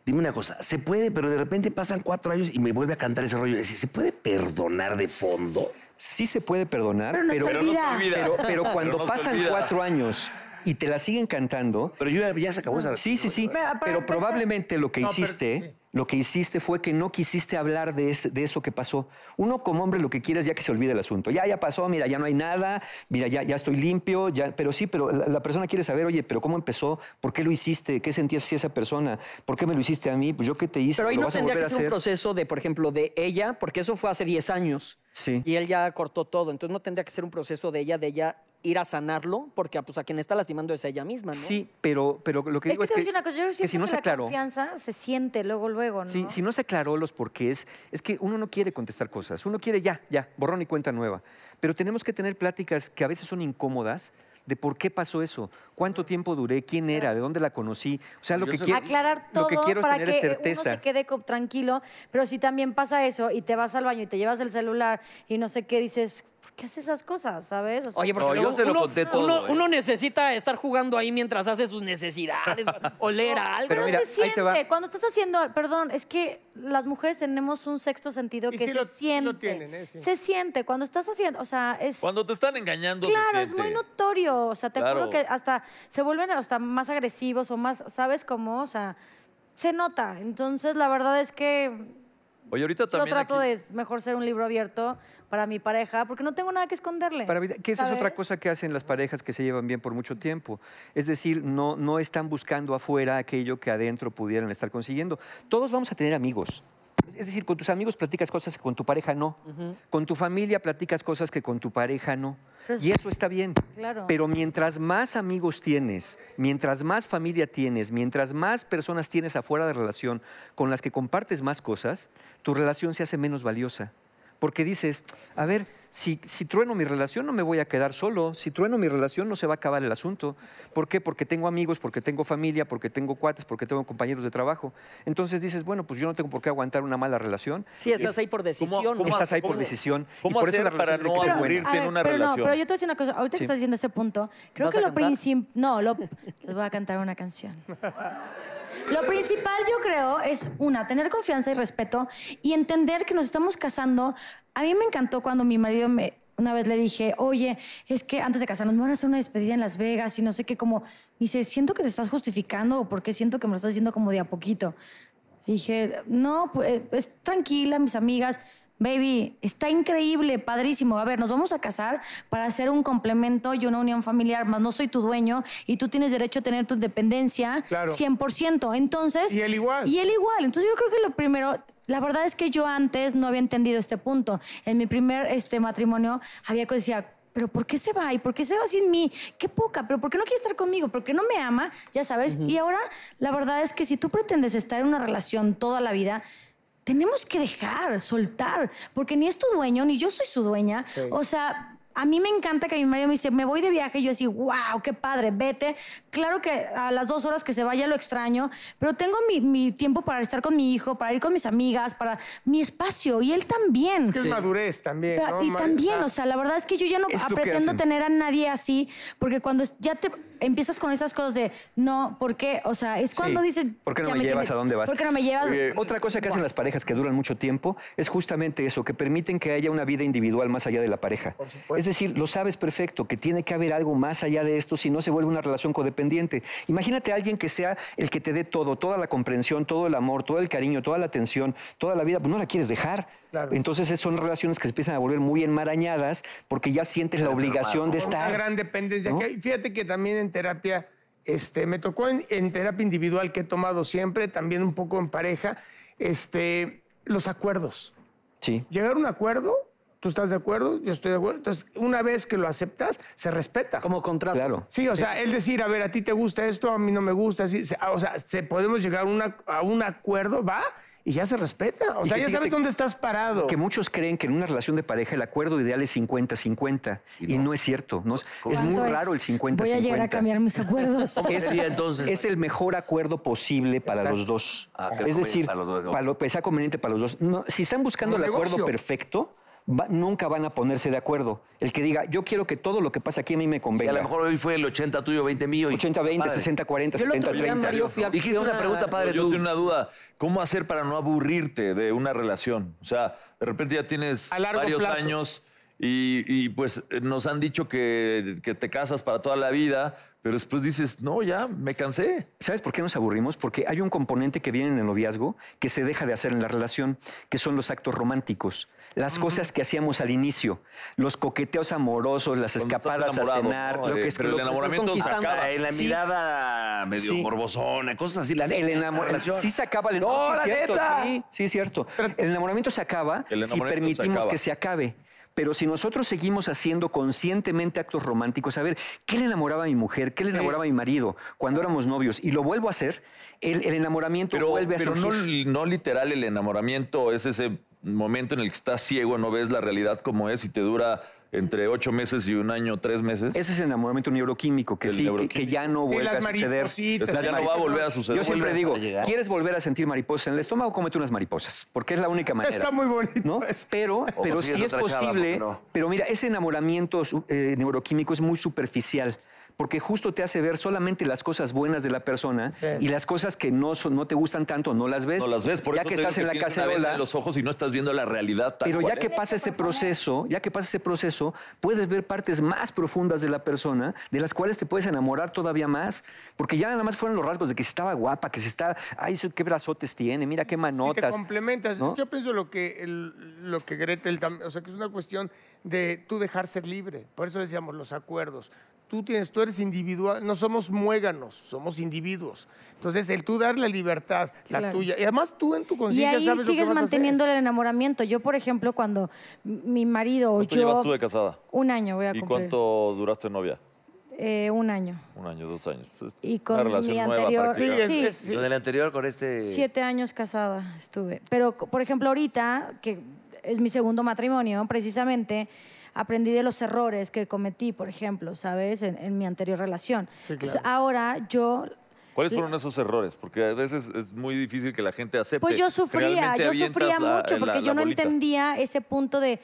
Speaker 3: Dime una cosa, se puede, pero de repente pasan cuatro años y me vuelve a cantar ese rollo. Es decir, ¿se puede perdonar de fondo?
Speaker 9: Sí se puede perdonar,
Speaker 6: Pero no se
Speaker 5: Pero no se
Speaker 6: Olvida.
Speaker 5: olvida.
Speaker 9: pero, pero cuando
Speaker 5: no se
Speaker 9: pasan
Speaker 5: olvida.
Speaker 9: cuatro años y te la siguen cantando,
Speaker 3: Pero yo ya, ya se acabó esa
Speaker 9: Sí, sí, sí.
Speaker 6: Pero para
Speaker 9: Pero,
Speaker 6: empezar-
Speaker 9: probablemente lo que
Speaker 4: No, pero-
Speaker 9: hiciste,
Speaker 4: sí.
Speaker 9: lo que hiciste fue que no quisiste hablar de, es- de eso que pasó. Uno como hombre lo que quiere es ya que se olvide el asunto. Ya, ya pasó, mira, ya no hay nada, mira, ya, ya estoy limpio, ya, pero sí, pero la, la persona quiere saber, oye, pero ¿cómo empezó? ¿Por qué lo hiciste? ¿Qué sentías hacia esa persona? ¿Por qué me lo hiciste a mí? Pues yo qué te hice,
Speaker 8: Pero ahí
Speaker 9: lo
Speaker 8: no
Speaker 9: vas a
Speaker 8: tendría
Speaker 9: volver a
Speaker 8: que ser un
Speaker 9: hacer.
Speaker 8: proceso de, por ejemplo, de ella, porque eso fue hace 10 años.
Speaker 9: Sí.
Speaker 8: Y él ya cortó todo. Entonces no tendría que ser un proceso de ella, de ella ir a sanarlo, porque pues, a quien está lastimando es a ella misma, ¿no?
Speaker 9: Sí, pero, pero lo que
Speaker 6: Es
Speaker 9: digo
Speaker 6: que
Speaker 9: es
Speaker 6: te voy a
Speaker 9: que,
Speaker 6: decir una cosa, yo
Speaker 9: que
Speaker 6: siento que,
Speaker 9: si no se
Speaker 6: la
Speaker 9: aclaró,
Speaker 6: confianza se siente luego, luego, ¿no?
Speaker 9: si, si no se aclaró los porqués, es que uno no quiere contestar cosas, uno quiere ya, ya, borrón y cuenta nueva. Pero tenemos que tener pláticas que a veces son incómodas de por qué pasó eso, cuánto tiempo duré, quién era, de dónde la conocí. O sea, lo
Speaker 3: Yo
Speaker 9: que
Speaker 3: soy-
Speaker 9: quiero,
Speaker 6: aclarar todo
Speaker 9: lo que quiero es
Speaker 6: para
Speaker 9: tener
Speaker 6: que
Speaker 9: es certeza.
Speaker 6: uno se quede co- tranquilo, pero si también pasa eso y te vas al baño y te llevas el celular y no sé qué, dices, ¿por qué haces esas cosas? ¿Sabes? O sea,
Speaker 8: Oye, porque
Speaker 5: No, yo
Speaker 8: luego
Speaker 5: se lo
Speaker 8: uno,
Speaker 5: conté
Speaker 8: uno-
Speaker 5: todo, ¿eh?
Speaker 8: uno necesita estar jugando ahí mientras hace sus necesidades, oler a algo.
Speaker 9: Pero
Speaker 6: Pero,
Speaker 9: mira,
Speaker 6: se
Speaker 9: ahí te
Speaker 6: siente.
Speaker 9: va.
Speaker 6: Cuando estás haciendo, perdón, es que las mujeres tenemos un sexto sentido
Speaker 4: Y
Speaker 6: que
Speaker 4: sí
Speaker 6: se
Speaker 4: lo- sí
Speaker 6: siente.
Speaker 4: lo tienen, ¿eh? Sí.
Speaker 6: Se siente. Cuando estás haciendo, o sea, es.
Speaker 5: Cuando te están engañando,
Speaker 6: Claro,
Speaker 5: se
Speaker 6: es muy
Speaker 5: siente.
Speaker 6: notorio. O sea, te
Speaker 5: Claro.
Speaker 6: juro que hasta se vuelven hasta más agresivos o más, ¿sabes cómo? O sea, se nota. Entonces, la verdad es que
Speaker 5: Oye, ahorita
Speaker 6: yo
Speaker 5: también.
Speaker 6: trato
Speaker 5: aquí-
Speaker 6: de mejor ser un libro abierto para mi pareja porque no tengo nada que esconderle.
Speaker 9: Para vida- que esa es otra
Speaker 6: ¿sabes?
Speaker 9: cosa que hacen las parejas que se llevan bien por mucho tiempo. Es decir, no, no están buscando afuera aquello que adentro pudieran estar consiguiendo. Todos vamos a tener amigos. Es decir, con tus amigos platicas cosas que con tu pareja no. Con tu familia platicas cosas que con tu pareja no.
Speaker 6: Pero es-
Speaker 9: Y eso está bien.
Speaker 6: Claro.
Speaker 9: Pero mientras más amigos tienes, mientras más familia tienes, mientras más personas tienes afuera de relación con las que compartes más cosas, tu relación se hace menos valiosa. Porque dices, a ver, si, si trueno mi relación no me voy a quedar solo, si trueno mi relación no se va a acabar el asunto. ¿Por qué? Porque tengo amigos, porque tengo familia, porque tengo cuates, porque tengo compañeros de trabajo. Entonces dices, bueno, pues yo no tengo por qué aguantar una mala relación.
Speaker 8: Sí, estás ahí por decisión.
Speaker 5: ¿Cómo-
Speaker 8: ¿no?
Speaker 5: cómo-
Speaker 9: Estás ahí por
Speaker 5: cómo-
Speaker 9: decisión, y
Speaker 5: ¿Cómo
Speaker 9: por eso
Speaker 5: hacer
Speaker 9: la relación
Speaker 5: para
Speaker 9: tiene que
Speaker 5: no
Speaker 9: ser buena.
Speaker 5: aburrirte
Speaker 6: a
Speaker 5: en
Speaker 6: ver,
Speaker 5: una
Speaker 6: pero
Speaker 5: relación?
Speaker 6: No, pero yo te voy a decir una cosa. Ahorita
Speaker 9: Sí.
Speaker 6: que estás diciendo ese punto, creo
Speaker 8: ¿Vas
Speaker 6: que
Speaker 8: a
Speaker 6: lo
Speaker 8: cantar?
Speaker 6: principal. No, lo, les voy a cantar una canción. Lo principal, yo creo, es una, tener confianza y respeto y entender que nos estamos casando. A mí me encantó cuando mi marido me. Una vez le dije, oye, es que antes de casarnos me van a hacer una despedida en Las Vegas y no sé qué, como. Me dice, siento que te estás justificando o porque siento que me lo estás haciendo como de a poquito. Dije, no, pues es tranquila, mis amigas. Baby, está increíble, padrísimo. A ver, nos vamos a casar para hacer un complemento y una unión familiar, más no soy tu dueño y tú tienes derecho a tener tu independencia
Speaker 4: Claro.
Speaker 6: 100%. Entonces...
Speaker 4: Y él igual.
Speaker 6: Y él igual. Entonces yo creo que lo primero, la verdad es que yo antes no había entendido este punto. En mi primer este, matrimonio había que decía, pero ¿por qué se va? ¿Y por qué se va sin mí? Qué poca, pero ¿por qué no quiere estar conmigo? ¿Por qué no me ama? Ya sabes. Y ahora la verdad es que si tú pretendes estar en una relación toda la vida... Tenemos que dejar, soltar, porque ni es tu dueño, ni yo soy su dueña. O sea, a mí me encanta que mi marido me dice, me voy de viaje. Y yo así, wow, qué padre, vete. Claro que a las dos horas que se vaya lo extraño, pero tengo mi, mi tiempo para estar con mi hijo, para ir con mis amigas, para mi espacio. Y él también.
Speaker 4: Es que es madurez también.
Speaker 6: Pero-
Speaker 4: ¿no?
Speaker 6: y
Speaker 4: Ma-
Speaker 6: también,
Speaker 4: ah,
Speaker 6: o sea, la verdad es que yo ya no
Speaker 9: Es lo que
Speaker 6: pretendo
Speaker 9: hacen.
Speaker 6: tener a nadie así, porque cuando es- ya te empiezas con esas cosas de, no, ¿por qué? O sea, es cuando dices...
Speaker 9: ¿Por qué no
Speaker 6: ya
Speaker 9: me llevas?
Speaker 6: tiene-
Speaker 9: ¿A dónde vas?
Speaker 6: ¿Por qué no me llevas?
Speaker 9: Eh, Otra cosa que hacen las parejas que duran mucho tiempo es justamente eso, que permiten que haya una vida individual más allá de la pareja. Es decir, lo sabes perfecto, que tiene que haber algo más allá de esto, si no se vuelve una relación codependiente. Imagínate a alguien que sea el que te dé todo, toda la comprensión, todo el amor, todo el cariño, toda la atención, toda la vida, pues no la quieres dejar.
Speaker 4: Claro.
Speaker 9: Entonces es- son relaciones que se empiezan a volver muy enmarañadas porque ya sientes la obligación
Speaker 4: una
Speaker 9: de estar.
Speaker 4: gran dependencia.
Speaker 9: ¿no?
Speaker 4: que hay. Fíjate que también en terapia, este, me tocó en, en terapia individual que he tomado siempre, también un poco en pareja, este, los acuerdos.
Speaker 9: Sí.
Speaker 4: Llegar a un acuerdo, tú estás de acuerdo, yo estoy de acuerdo. Entonces, una vez que lo aceptas, se respeta.
Speaker 8: Como contrato.
Speaker 9: Claro.
Speaker 4: Sí, o sea, es decir, a ver, a ti te gusta esto, a mí no me gusta, así, se- ah, o sea, se podemos llegar a, una- a un acuerdo, va, y ya se respeta. O
Speaker 9: Y
Speaker 4: sea,
Speaker 9: que
Speaker 4: ya sabes
Speaker 9: fíjate-
Speaker 4: dónde estás parado.
Speaker 9: Que muchos creen que en una relación de pareja el acuerdo ideal es 50-50 y, no es cierto. No, es- es muy
Speaker 6: ¿Cuánto
Speaker 9: raro el 50-50.
Speaker 6: Voy a llegar a cambiar mis acuerdos.
Speaker 9: Es,
Speaker 3: sería entonces?
Speaker 9: es el mejor acuerdo posible para los dos.
Speaker 3: Ah, que
Speaker 9: es
Speaker 3: conviene
Speaker 9: decir,
Speaker 3: para los dos, ¿no?
Speaker 9: para lo que sea conveniente para los dos. No, si están buscando
Speaker 4: Como
Speaker 9: el acuerdo
Speaker 4: negocio.
Speaker 9: perfecto, va- nunca van a ponerse de acuerdo. El que diga, yo quiero que todo lo que pasa aquí a mí me
Speaker 3: Y
Speaker 9: convenga.
Speaker 3: a lo mejor hoy fue el 80 tuyo, 20 mío. y-
Speaker 9: 80-20,
Speaker 3: Padre.
Speaker 9: 60-40,
Speaker 8: Yo el otro día,
Speaker 9: 70-30.
Speaker 8: Mario, fui a-
Speaker 3: Dijiste una pregunta, padre,
Speaker 5: yo
Speaker 3: tú.
Speaker 5: tengo una duda. ¿Cómo hacer para no aburrirte de una relación? O sea, de repente ya tienes
Speaker 4: A largo
Speaker 5: varios
Speaker 4: plazo.
Speaker 5: años y, y, pues eh, nos han dicho que, que te casas para toda la vida, pero después dices, no, ya, me cansé.
Speaker 9: ¿Sabes por qué nos aburrimos? Porque hay un componente que viene en el noviazgo que se deja de hacer en la relación, que son los actos románticos. Las cosas que hacíamos al inicio, los coqueteos amorosos, las
Speaker 5: Cuando estás
Speaker 9: escapadas a
Speaker 5: enamorado,
Speaker 9: cenar,
Speaker 5: ¿no?
Speaker 9: lo
Speaker 5: Eh,
Speaker 9: que es
Speaker 5: pero
Speaker 9: lo
Speaker 5: el
Speaker 9: que estás
Speaker 5: enamoramiento se
Speaker 8: conquistando.
Speaker 5: acaba.
Speaker 3: Ah, en la
Speaker 9: Sí.
Speaker 3: mirada Ah, medio
Speaker 9: Sí.
Speaker 3: morbosona, cosas así. La
Speaker 9: El enamoramiento.
Speaker 3: relación.
Speaker 9: Sí se acaba el
Speaker 3: ¡No,
Speaker 9: enamoramiento.
Speaker 3: la
Speaker 9: sí, es cierto,
Speaker 3: neta!
Speaker 9: sí, sí, es cierto. El enamoramiento se acaba
Speaker 5: El
Speaker 9: si
Speaker 5: enamoramiento se
Speaker 9: permitimos
Speaker 5: acaba.
Speaker 9: que se acabe. Pero si nosotros seguimos haciendo conscientemente actos románticos, a ver, ¿qué le enamoraba a mi mujer? ¿Qué le enamoraba a mi marido cuando éramos novios? Y lo vuelvo a hacer, el, el enamoramiento
Speaker 5: Pero,
Speaker 9: vuelve a
Speaker 5: pero no,
Speaker 9: surgir.
Speaker 5: li- no literal el enamoramiento, es ese momento en el que estás ciego, no ves la realidad como es y te dura entre ocho meses y un año, tres meses.
Speaker 9: Ese es el enamoramiento neuroquímico, que
Speaker 5: El
Speaker 9: sí, que-
Speaker 5: neuroquímico.
Speaker 9: que, ya no
Speaker 4: Sí,
Speaker 9: vuelve
Speaker 4: las
Speaker 9: a suceder.
Speaker 4: maripositas,
Speaker 5: Ya no va a volver a suceder.
Speaker 9: Yo siempre
Speaker 5: Vuelve
Speaker 9: digo,
Speaker 5: a llegar.
Speaker 9: ¿quieres volver a sentir mariposas en el estómago? Cómete unas mariposas, porque es la única manera.
Speaker 4: Está muy bonito
Speaker 9: ¿no?
Speaker 4: eso.
Speaker 9: Pero,
Speaker 3: O
Speaker 9: pero
Speaker 3: consigues
Speaker 9: sí es
Speaker 3: otra chava,
Speaker 9: posible.
Speaker 3: porque no.
Speaker 9: Pero mira, ese enamoramiento su- eh, neuroquímico es muy superficial. Porque justo te hace ver solamente las cosas buenas de la persona y las cosas que no, son- no te gustan tanto no las ves.
Speaker 5: no las ves. Por
Speaker 9: ya
Speaker 5: eso
Speaker 9: que
Speaker 5: te digo
Speaker 9: estás en la
Speaker 5: tienes una venda
Speaker 9: cacerola.
Speaker 5: en los ojos y no estás viendo la realidad tal
Speaker 9: Pero ya
Speaker 5: cual
Speaker 9: que
Speaker 5: es.
Speaker 9: pasa ese proceso, ya que pasa ese proceso, puedes ver partes más profundas de la persona, de las cuales te puedes enamorar todavía más, porque ya nada más fueron los rasgos de que si estaba guapa, que se está, ay, su- qué brazotes tiene, mira qué
Speaker 4: Si te
Speaker 9: manotas.
Speaker 4: complementas.
Speaker 9: ¿no?
Speaker 4: Es que yo pienso lo que, el- lo que Gretel tam- o sea, que es una cuestión de tú dejar ser libre. Por eso decíamos los acuerdos. Tú, tienes, tú eres individual, no somos muéganos, somos individuos. Entonces, el tú dar la libertad, la
Speaker 6: Claro.
Speaker 4: tuya. Y además tú en tu
Speaker 6: Y
Speaker 4: conciencia
Speaker 6: ahí
Speaker 4: sabes lo que vas
Speaker 6: sigues
Speaker 4: a hacer.
Speaker 6: manteniendo el enamoramiento. Yo, por ejemplo, cuando m- mi marido o
Speaker 5: ¿Cuánto
Speaker 6: yo...
Speaker 5: llevas tú de casada?
Speaker 6: Un año voy a
Speaker 5: ¿Y
Speaker 6: cumplir.
Speaker 5: cuánto duraste de novia?
Speaker 6: Eh, un año.
Speaker 5: Un año, dos años. Pues,
Speaker 6: Y
Speaker 5: una
Speaker 6: con
Speaker 5: relación
Speaker 6: mi
Speaker 5: nueva
Speaker 6: anterior...
Speaker 5: prácticamente.
Speaker 4: Sí, es-
Speaker 3: Lo del anterior con este.
Speaker 6: Siete años casada estuve. Pero, co- por ejemplo, ahorita, que es mi segundo matrimonio, precisamente aprendí de los errores que cometí, por ejemplo, ¿sabes? En, en mi anterior relación. Entonces, ahora yo...
Speaker 5: ¿Cuáles fueron esos errores? Porque a veces es muy difícil que la gente acepte.
Speaker 6: Pues yo sufría,
Speaker 5: Generalmente
Speaker 6: yo
Speaker 5: avientas
Speaker 6: sufría
Speaker 5: la-
Speaker 6: mucho
Speaker 5: la-
Speaker 6: porque
Speaker 5: la
Speaker 6: yo no
Speaker 5: bolita.
Speaker 6: entendía ese punto de...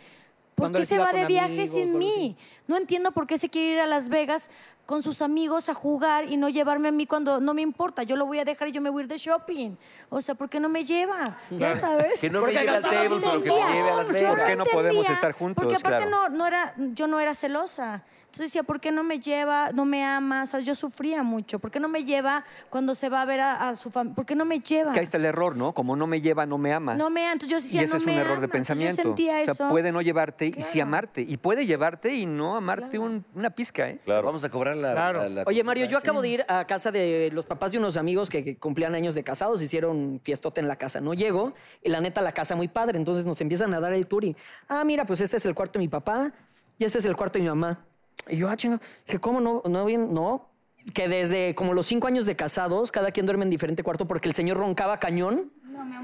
Speaker 6: ¿Por
Speaker 2: Cuando
Speaker 6: qué
Speaker 2: él
Speaker 6: se
Speaker 2: iba
Speaker 6: va
Speaker 2: con
Speaker 6: de viaje
Speaker 2: amigos,
Speaker 6: sin
Speaker 2: cuando
Speaker 6: mí? No entiendo por qué se quiere ir a Las Vegas con sus amigos a jugar y no llevarme a mí cuando no me importa. Yo lo voy a dejar y yo me voy a ir de shopping. O sea, ¿por qué no me lleva? Ya sabes.
Speaker 3: Que no me lleve al
Speaker 6: yo
Speaker 3: table, pero que me
Speaker 6: entendía.
Speaker 3: lleve a Las
Speaker 6: Yo
Speaker 3: Vegas. ¿Por
Speaker 9: qué no podemos
Speaker 6: entendía,
Speaker 9: estar juntos?
Speaker 6: Porque aparte
Speaker 9: Claro.
Speaker 6: no, no era, yo no era celosa. Entonces decía, ¿por qué no me lleva? No me ama. O sea, yo sufría mucho. ¿Por qué no me lleva cuando se va a ver a, a su familia? ¿Por qué no me lleva?
Speaker 9: Que ahí está el error, ¿no? Como no me lleva, no me ama.
Speaker 6: No me entonces yo decía,
Speaker 9: Ah. y ese
Speaker 6: no
Speaker 9: es
Speaker 6: me
Speaker 9: un error
Speaker 6: ama.
Speaker 9: de pensamiento.
Speaker 6: Yo sentía eso.
Speaker 9: O sea, puede no llevarte y sí
Speaker 6: Claro.
Speaker 9: amarte. Y puede llevarte y no amarte un- una pizca, ¿eh?
Speaker 5: Claro.
Speaker 3: Vamos a cobrar la.
Speaker 4: Claro.
Speaker 3: la- la-
Speaker 8: Oye, Mario, yo acabo de ir a casa de los papás de unos amigos que que cumplían años de casados, hicieron fiestota en la casa. No llego, y la neta, la casa muy padre. Entonces nos empiezan a dar el tour y, ah, mira, pues este es el cuarto de mi papá y este es el cuarto de mi mamá. Y yo, ah, chinga, que cómo no, no, bien, no. Que desde como los cinco años de casados, cada quien duerme en diferente cuarto porque el señor roncaba cañón.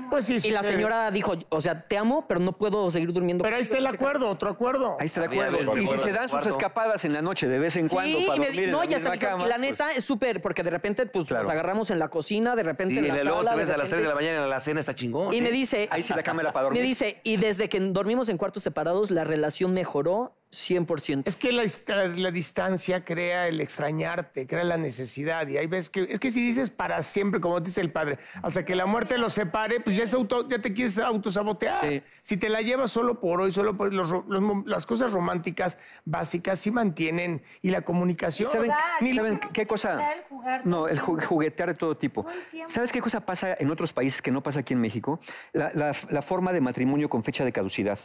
Speaker 4: Pues sí,
Speaker 8: Y la
Speaker 4: sucede.
Speaker 8: señora dijo, o sea, te amo, pero no puedo seguir durmiendo.
Speaker 4: Pero ahí está el acuerdo, otro acuerdo.
Speaker 9: Ahí está el
Speaker 3: Había
Speaker 9: acuerdo.
Speaker 3: dos
Speaker 9: Y si
Speaker 3: mejores
Speaker 9: se
Speaker 3: en
Speaker 9: dan
Speaker 3: el
Speaker 9: sus
Speaker 3: cuarto.
Speaker 9: escapadas en la noche de vez en cuando
Speaker 8: Sí,
Speaker 9: para
Speaker 8: y me-
Speaker 9: dormir en
Speaker 8: no,
Speaker 9: la
Speaker 8: ya
Speaker 9: misma
Speaker 8: está. dijo,
Speaker 9: cama,
Speaker 8: y la
Speaker 9: pues,
Speaker 8: neta es súper, porque de repente pues,
Speaker 9: Claro.
Speaker 8: nos agarramos en la cocina, de repente
Speaker 3: Sí,
Speaker 8: en la
Speaker 3: y luego
Speaker 8: sala.
Speaker 3: te ves
Speaker 8: de
Speaker 3: a las 3 de la
Speaker 8: repente-
Speaker 3: mañana en la cena, está chingón.
Speaker 8: Y me dice.
Speaker 9: pues,
Speaker 8: ah,
Speaker 9: Ahí sí la cámara para dormir.
Speaker 8: Me dice, y desde que dormimos en cuartos separados, la relación mejoró 100%.
Speaker 4: Es que la, est- la- la distancia crea el extrañarte, crea la necesidad. Y ahí ves que, es que si dices para siempre, como dice el padre, hasta que la muerte los separe, pues ya, es auto- ya te quieres autosabotear.
Speaker 8: Sí.
Speaker 4: Si te la llevas solo por hoy, solo por hoy, los ro- los mom- las cosas románticas básicas sí mantienen y la comunicación.
Speaker 9: ¿Saben,
Speaker 6: Jugar,
Speaker 9: ni-
Speaker 6: yo
Speaker 9: ¿saben
Speaker 6: creo
Speaker 9: qué
Speaker 6: que
Speaker 9: cosa?
Speaker 6: jugar, el jugar
Speaker 9: No,
Speaker 6: todo
Speaker 9: el
Speaker 6: el
Speaker 9: ju-
Speaker 6: tiempo.
Speaker 9: juguetear de todo tipo.
Speaker 6: Todo el tiempo.
Speaker 9: ¿Sabes qué cosa pasa en otros países que no pasa aquí en México? La, la f- la forma de matrimonio con fecha de caducidad.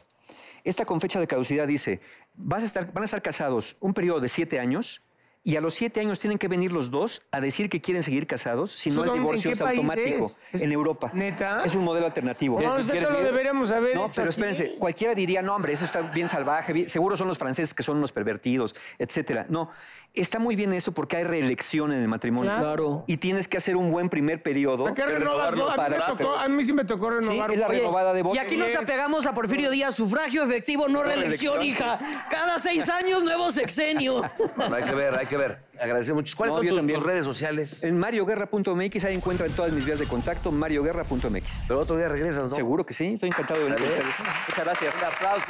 Speaker 9: Esta con fecha de caducidad dice, vas a estar, van a estar casados un periodo de siete años y a los siete años tienen que venir los dos a decir que quieren seguir casados, si
Speaker 4: ¿Eso
Speaker 9: no el
Speaker 4: dónde- en
Speaker 9: divorcio
Speaker 4: qué
Speaker 9: es
Speaker 4: país
Speaker 9: automático.
Speaker 4: es?
Speaker 9: En Europa.
Speaker 4: ¿Neta?
Speaker 9: Es un modelo alternativo.
Speaker 4: No,
Speaker 9: ¿Quieres-
Speaker 4: esto
Speaker 9: quieres
Speaker 4: lo
Speaker 9: ir?
Speaker 4: deberíamos haber
Speaker 9: No,
Speaker 4: hecho
Speaker 9: pero
Speaker 4: aquí. ¿eh?
Speaker 9: espérense, cualquiera diría, no, hombre, eso está bien salvaje, bien- seguro son los franceses que son unos pervertidos, etcétera. No, está muy bien eso porque hay reelección en el matrimonio.
Speaker 8: Claro.
Speaker 9: Y tienes que hacer un buen primer periodo.
Speaker 4: ¿A qué renovas? No,
Speaker 5: los
Speaker 4: a, mí me
Speaker 5: parates.
Speaker 4: tocó- a mí sí me tocó
Speaker 9: Sí,
Speaker 4: renovar.
Speaker 9: es la
Speaker 4: un-
Speaker 9: renovada de votos.
Speaker 8: Y aquí nos apegamos a Porfirio Díaz, sufragio efectivo, no reelección, hija. Cada seis años, nuevo sexenio.
Speaker 3: Bueno, hay que ver, hay que ver. Agradecer mucho. ¿Cuáles
Speaker 9: No,
Speaker 3: son
Speaker 9: yo
Speaker 3: tus,
Speaker 9: también.
Speaker 3: tus redes sociales?
Speaker 9: En marioguerra.mx, ahí encuentran todas mis vías de contacto, marioguerra.mx.
Speaker 3: Pero otro día regresas, ¿no?
Speaker 9: Seguro que sí, estoy encantado de venir con
Speaker 3: Dale.
Speaker 9: ustedes. Muchas gracias.
Speaker 3: Un aplauso.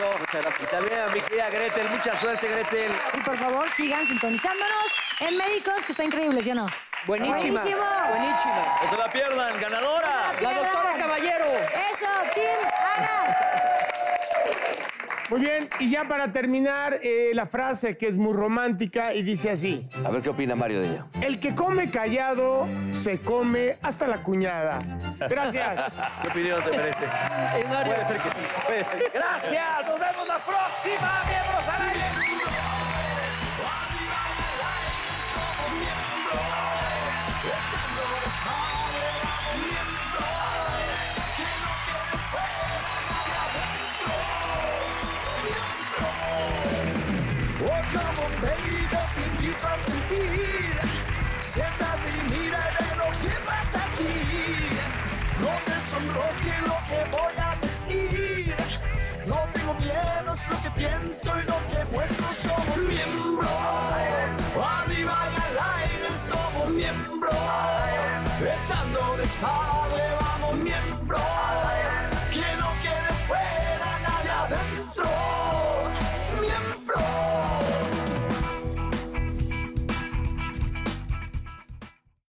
Speaker 3: Y también a mi querida Gretel. Mucha suerte, Gretel.
Speaker 6: Y por favor, sigan sintonizándonos en Médicos, que está increíble, ¿sí o no?
Speaker 8: Buenísima.
Speaker 6: Buenísimo.
Speaker 8: Buenísima.
Speaker 5: No se la pierdan, ganadora.
Speaker 8: La doctora Caballero.
Speaker 6: Eso, Tim Ara.
Speaker 4: Muy bien, y ya para terminar, eh, la frase que es muy romántica y dice así.
Speaker 3: A ver qué opina Mario de ella.
Speaker 4: El que come callado se come hasta la cuñada. Gracias.
Speaker 3: ¿Qué opinión te merece?
Speaker 8: Eh, Mario.
Speaker 3: Gracias. Nos vemos la próxima, miembros al aire.
Speaker 10: Miembros,
Speaker 3: pienso y lo que muestro somos miembros. Arriba y al aire somos miembros. Echando de vamos miembros.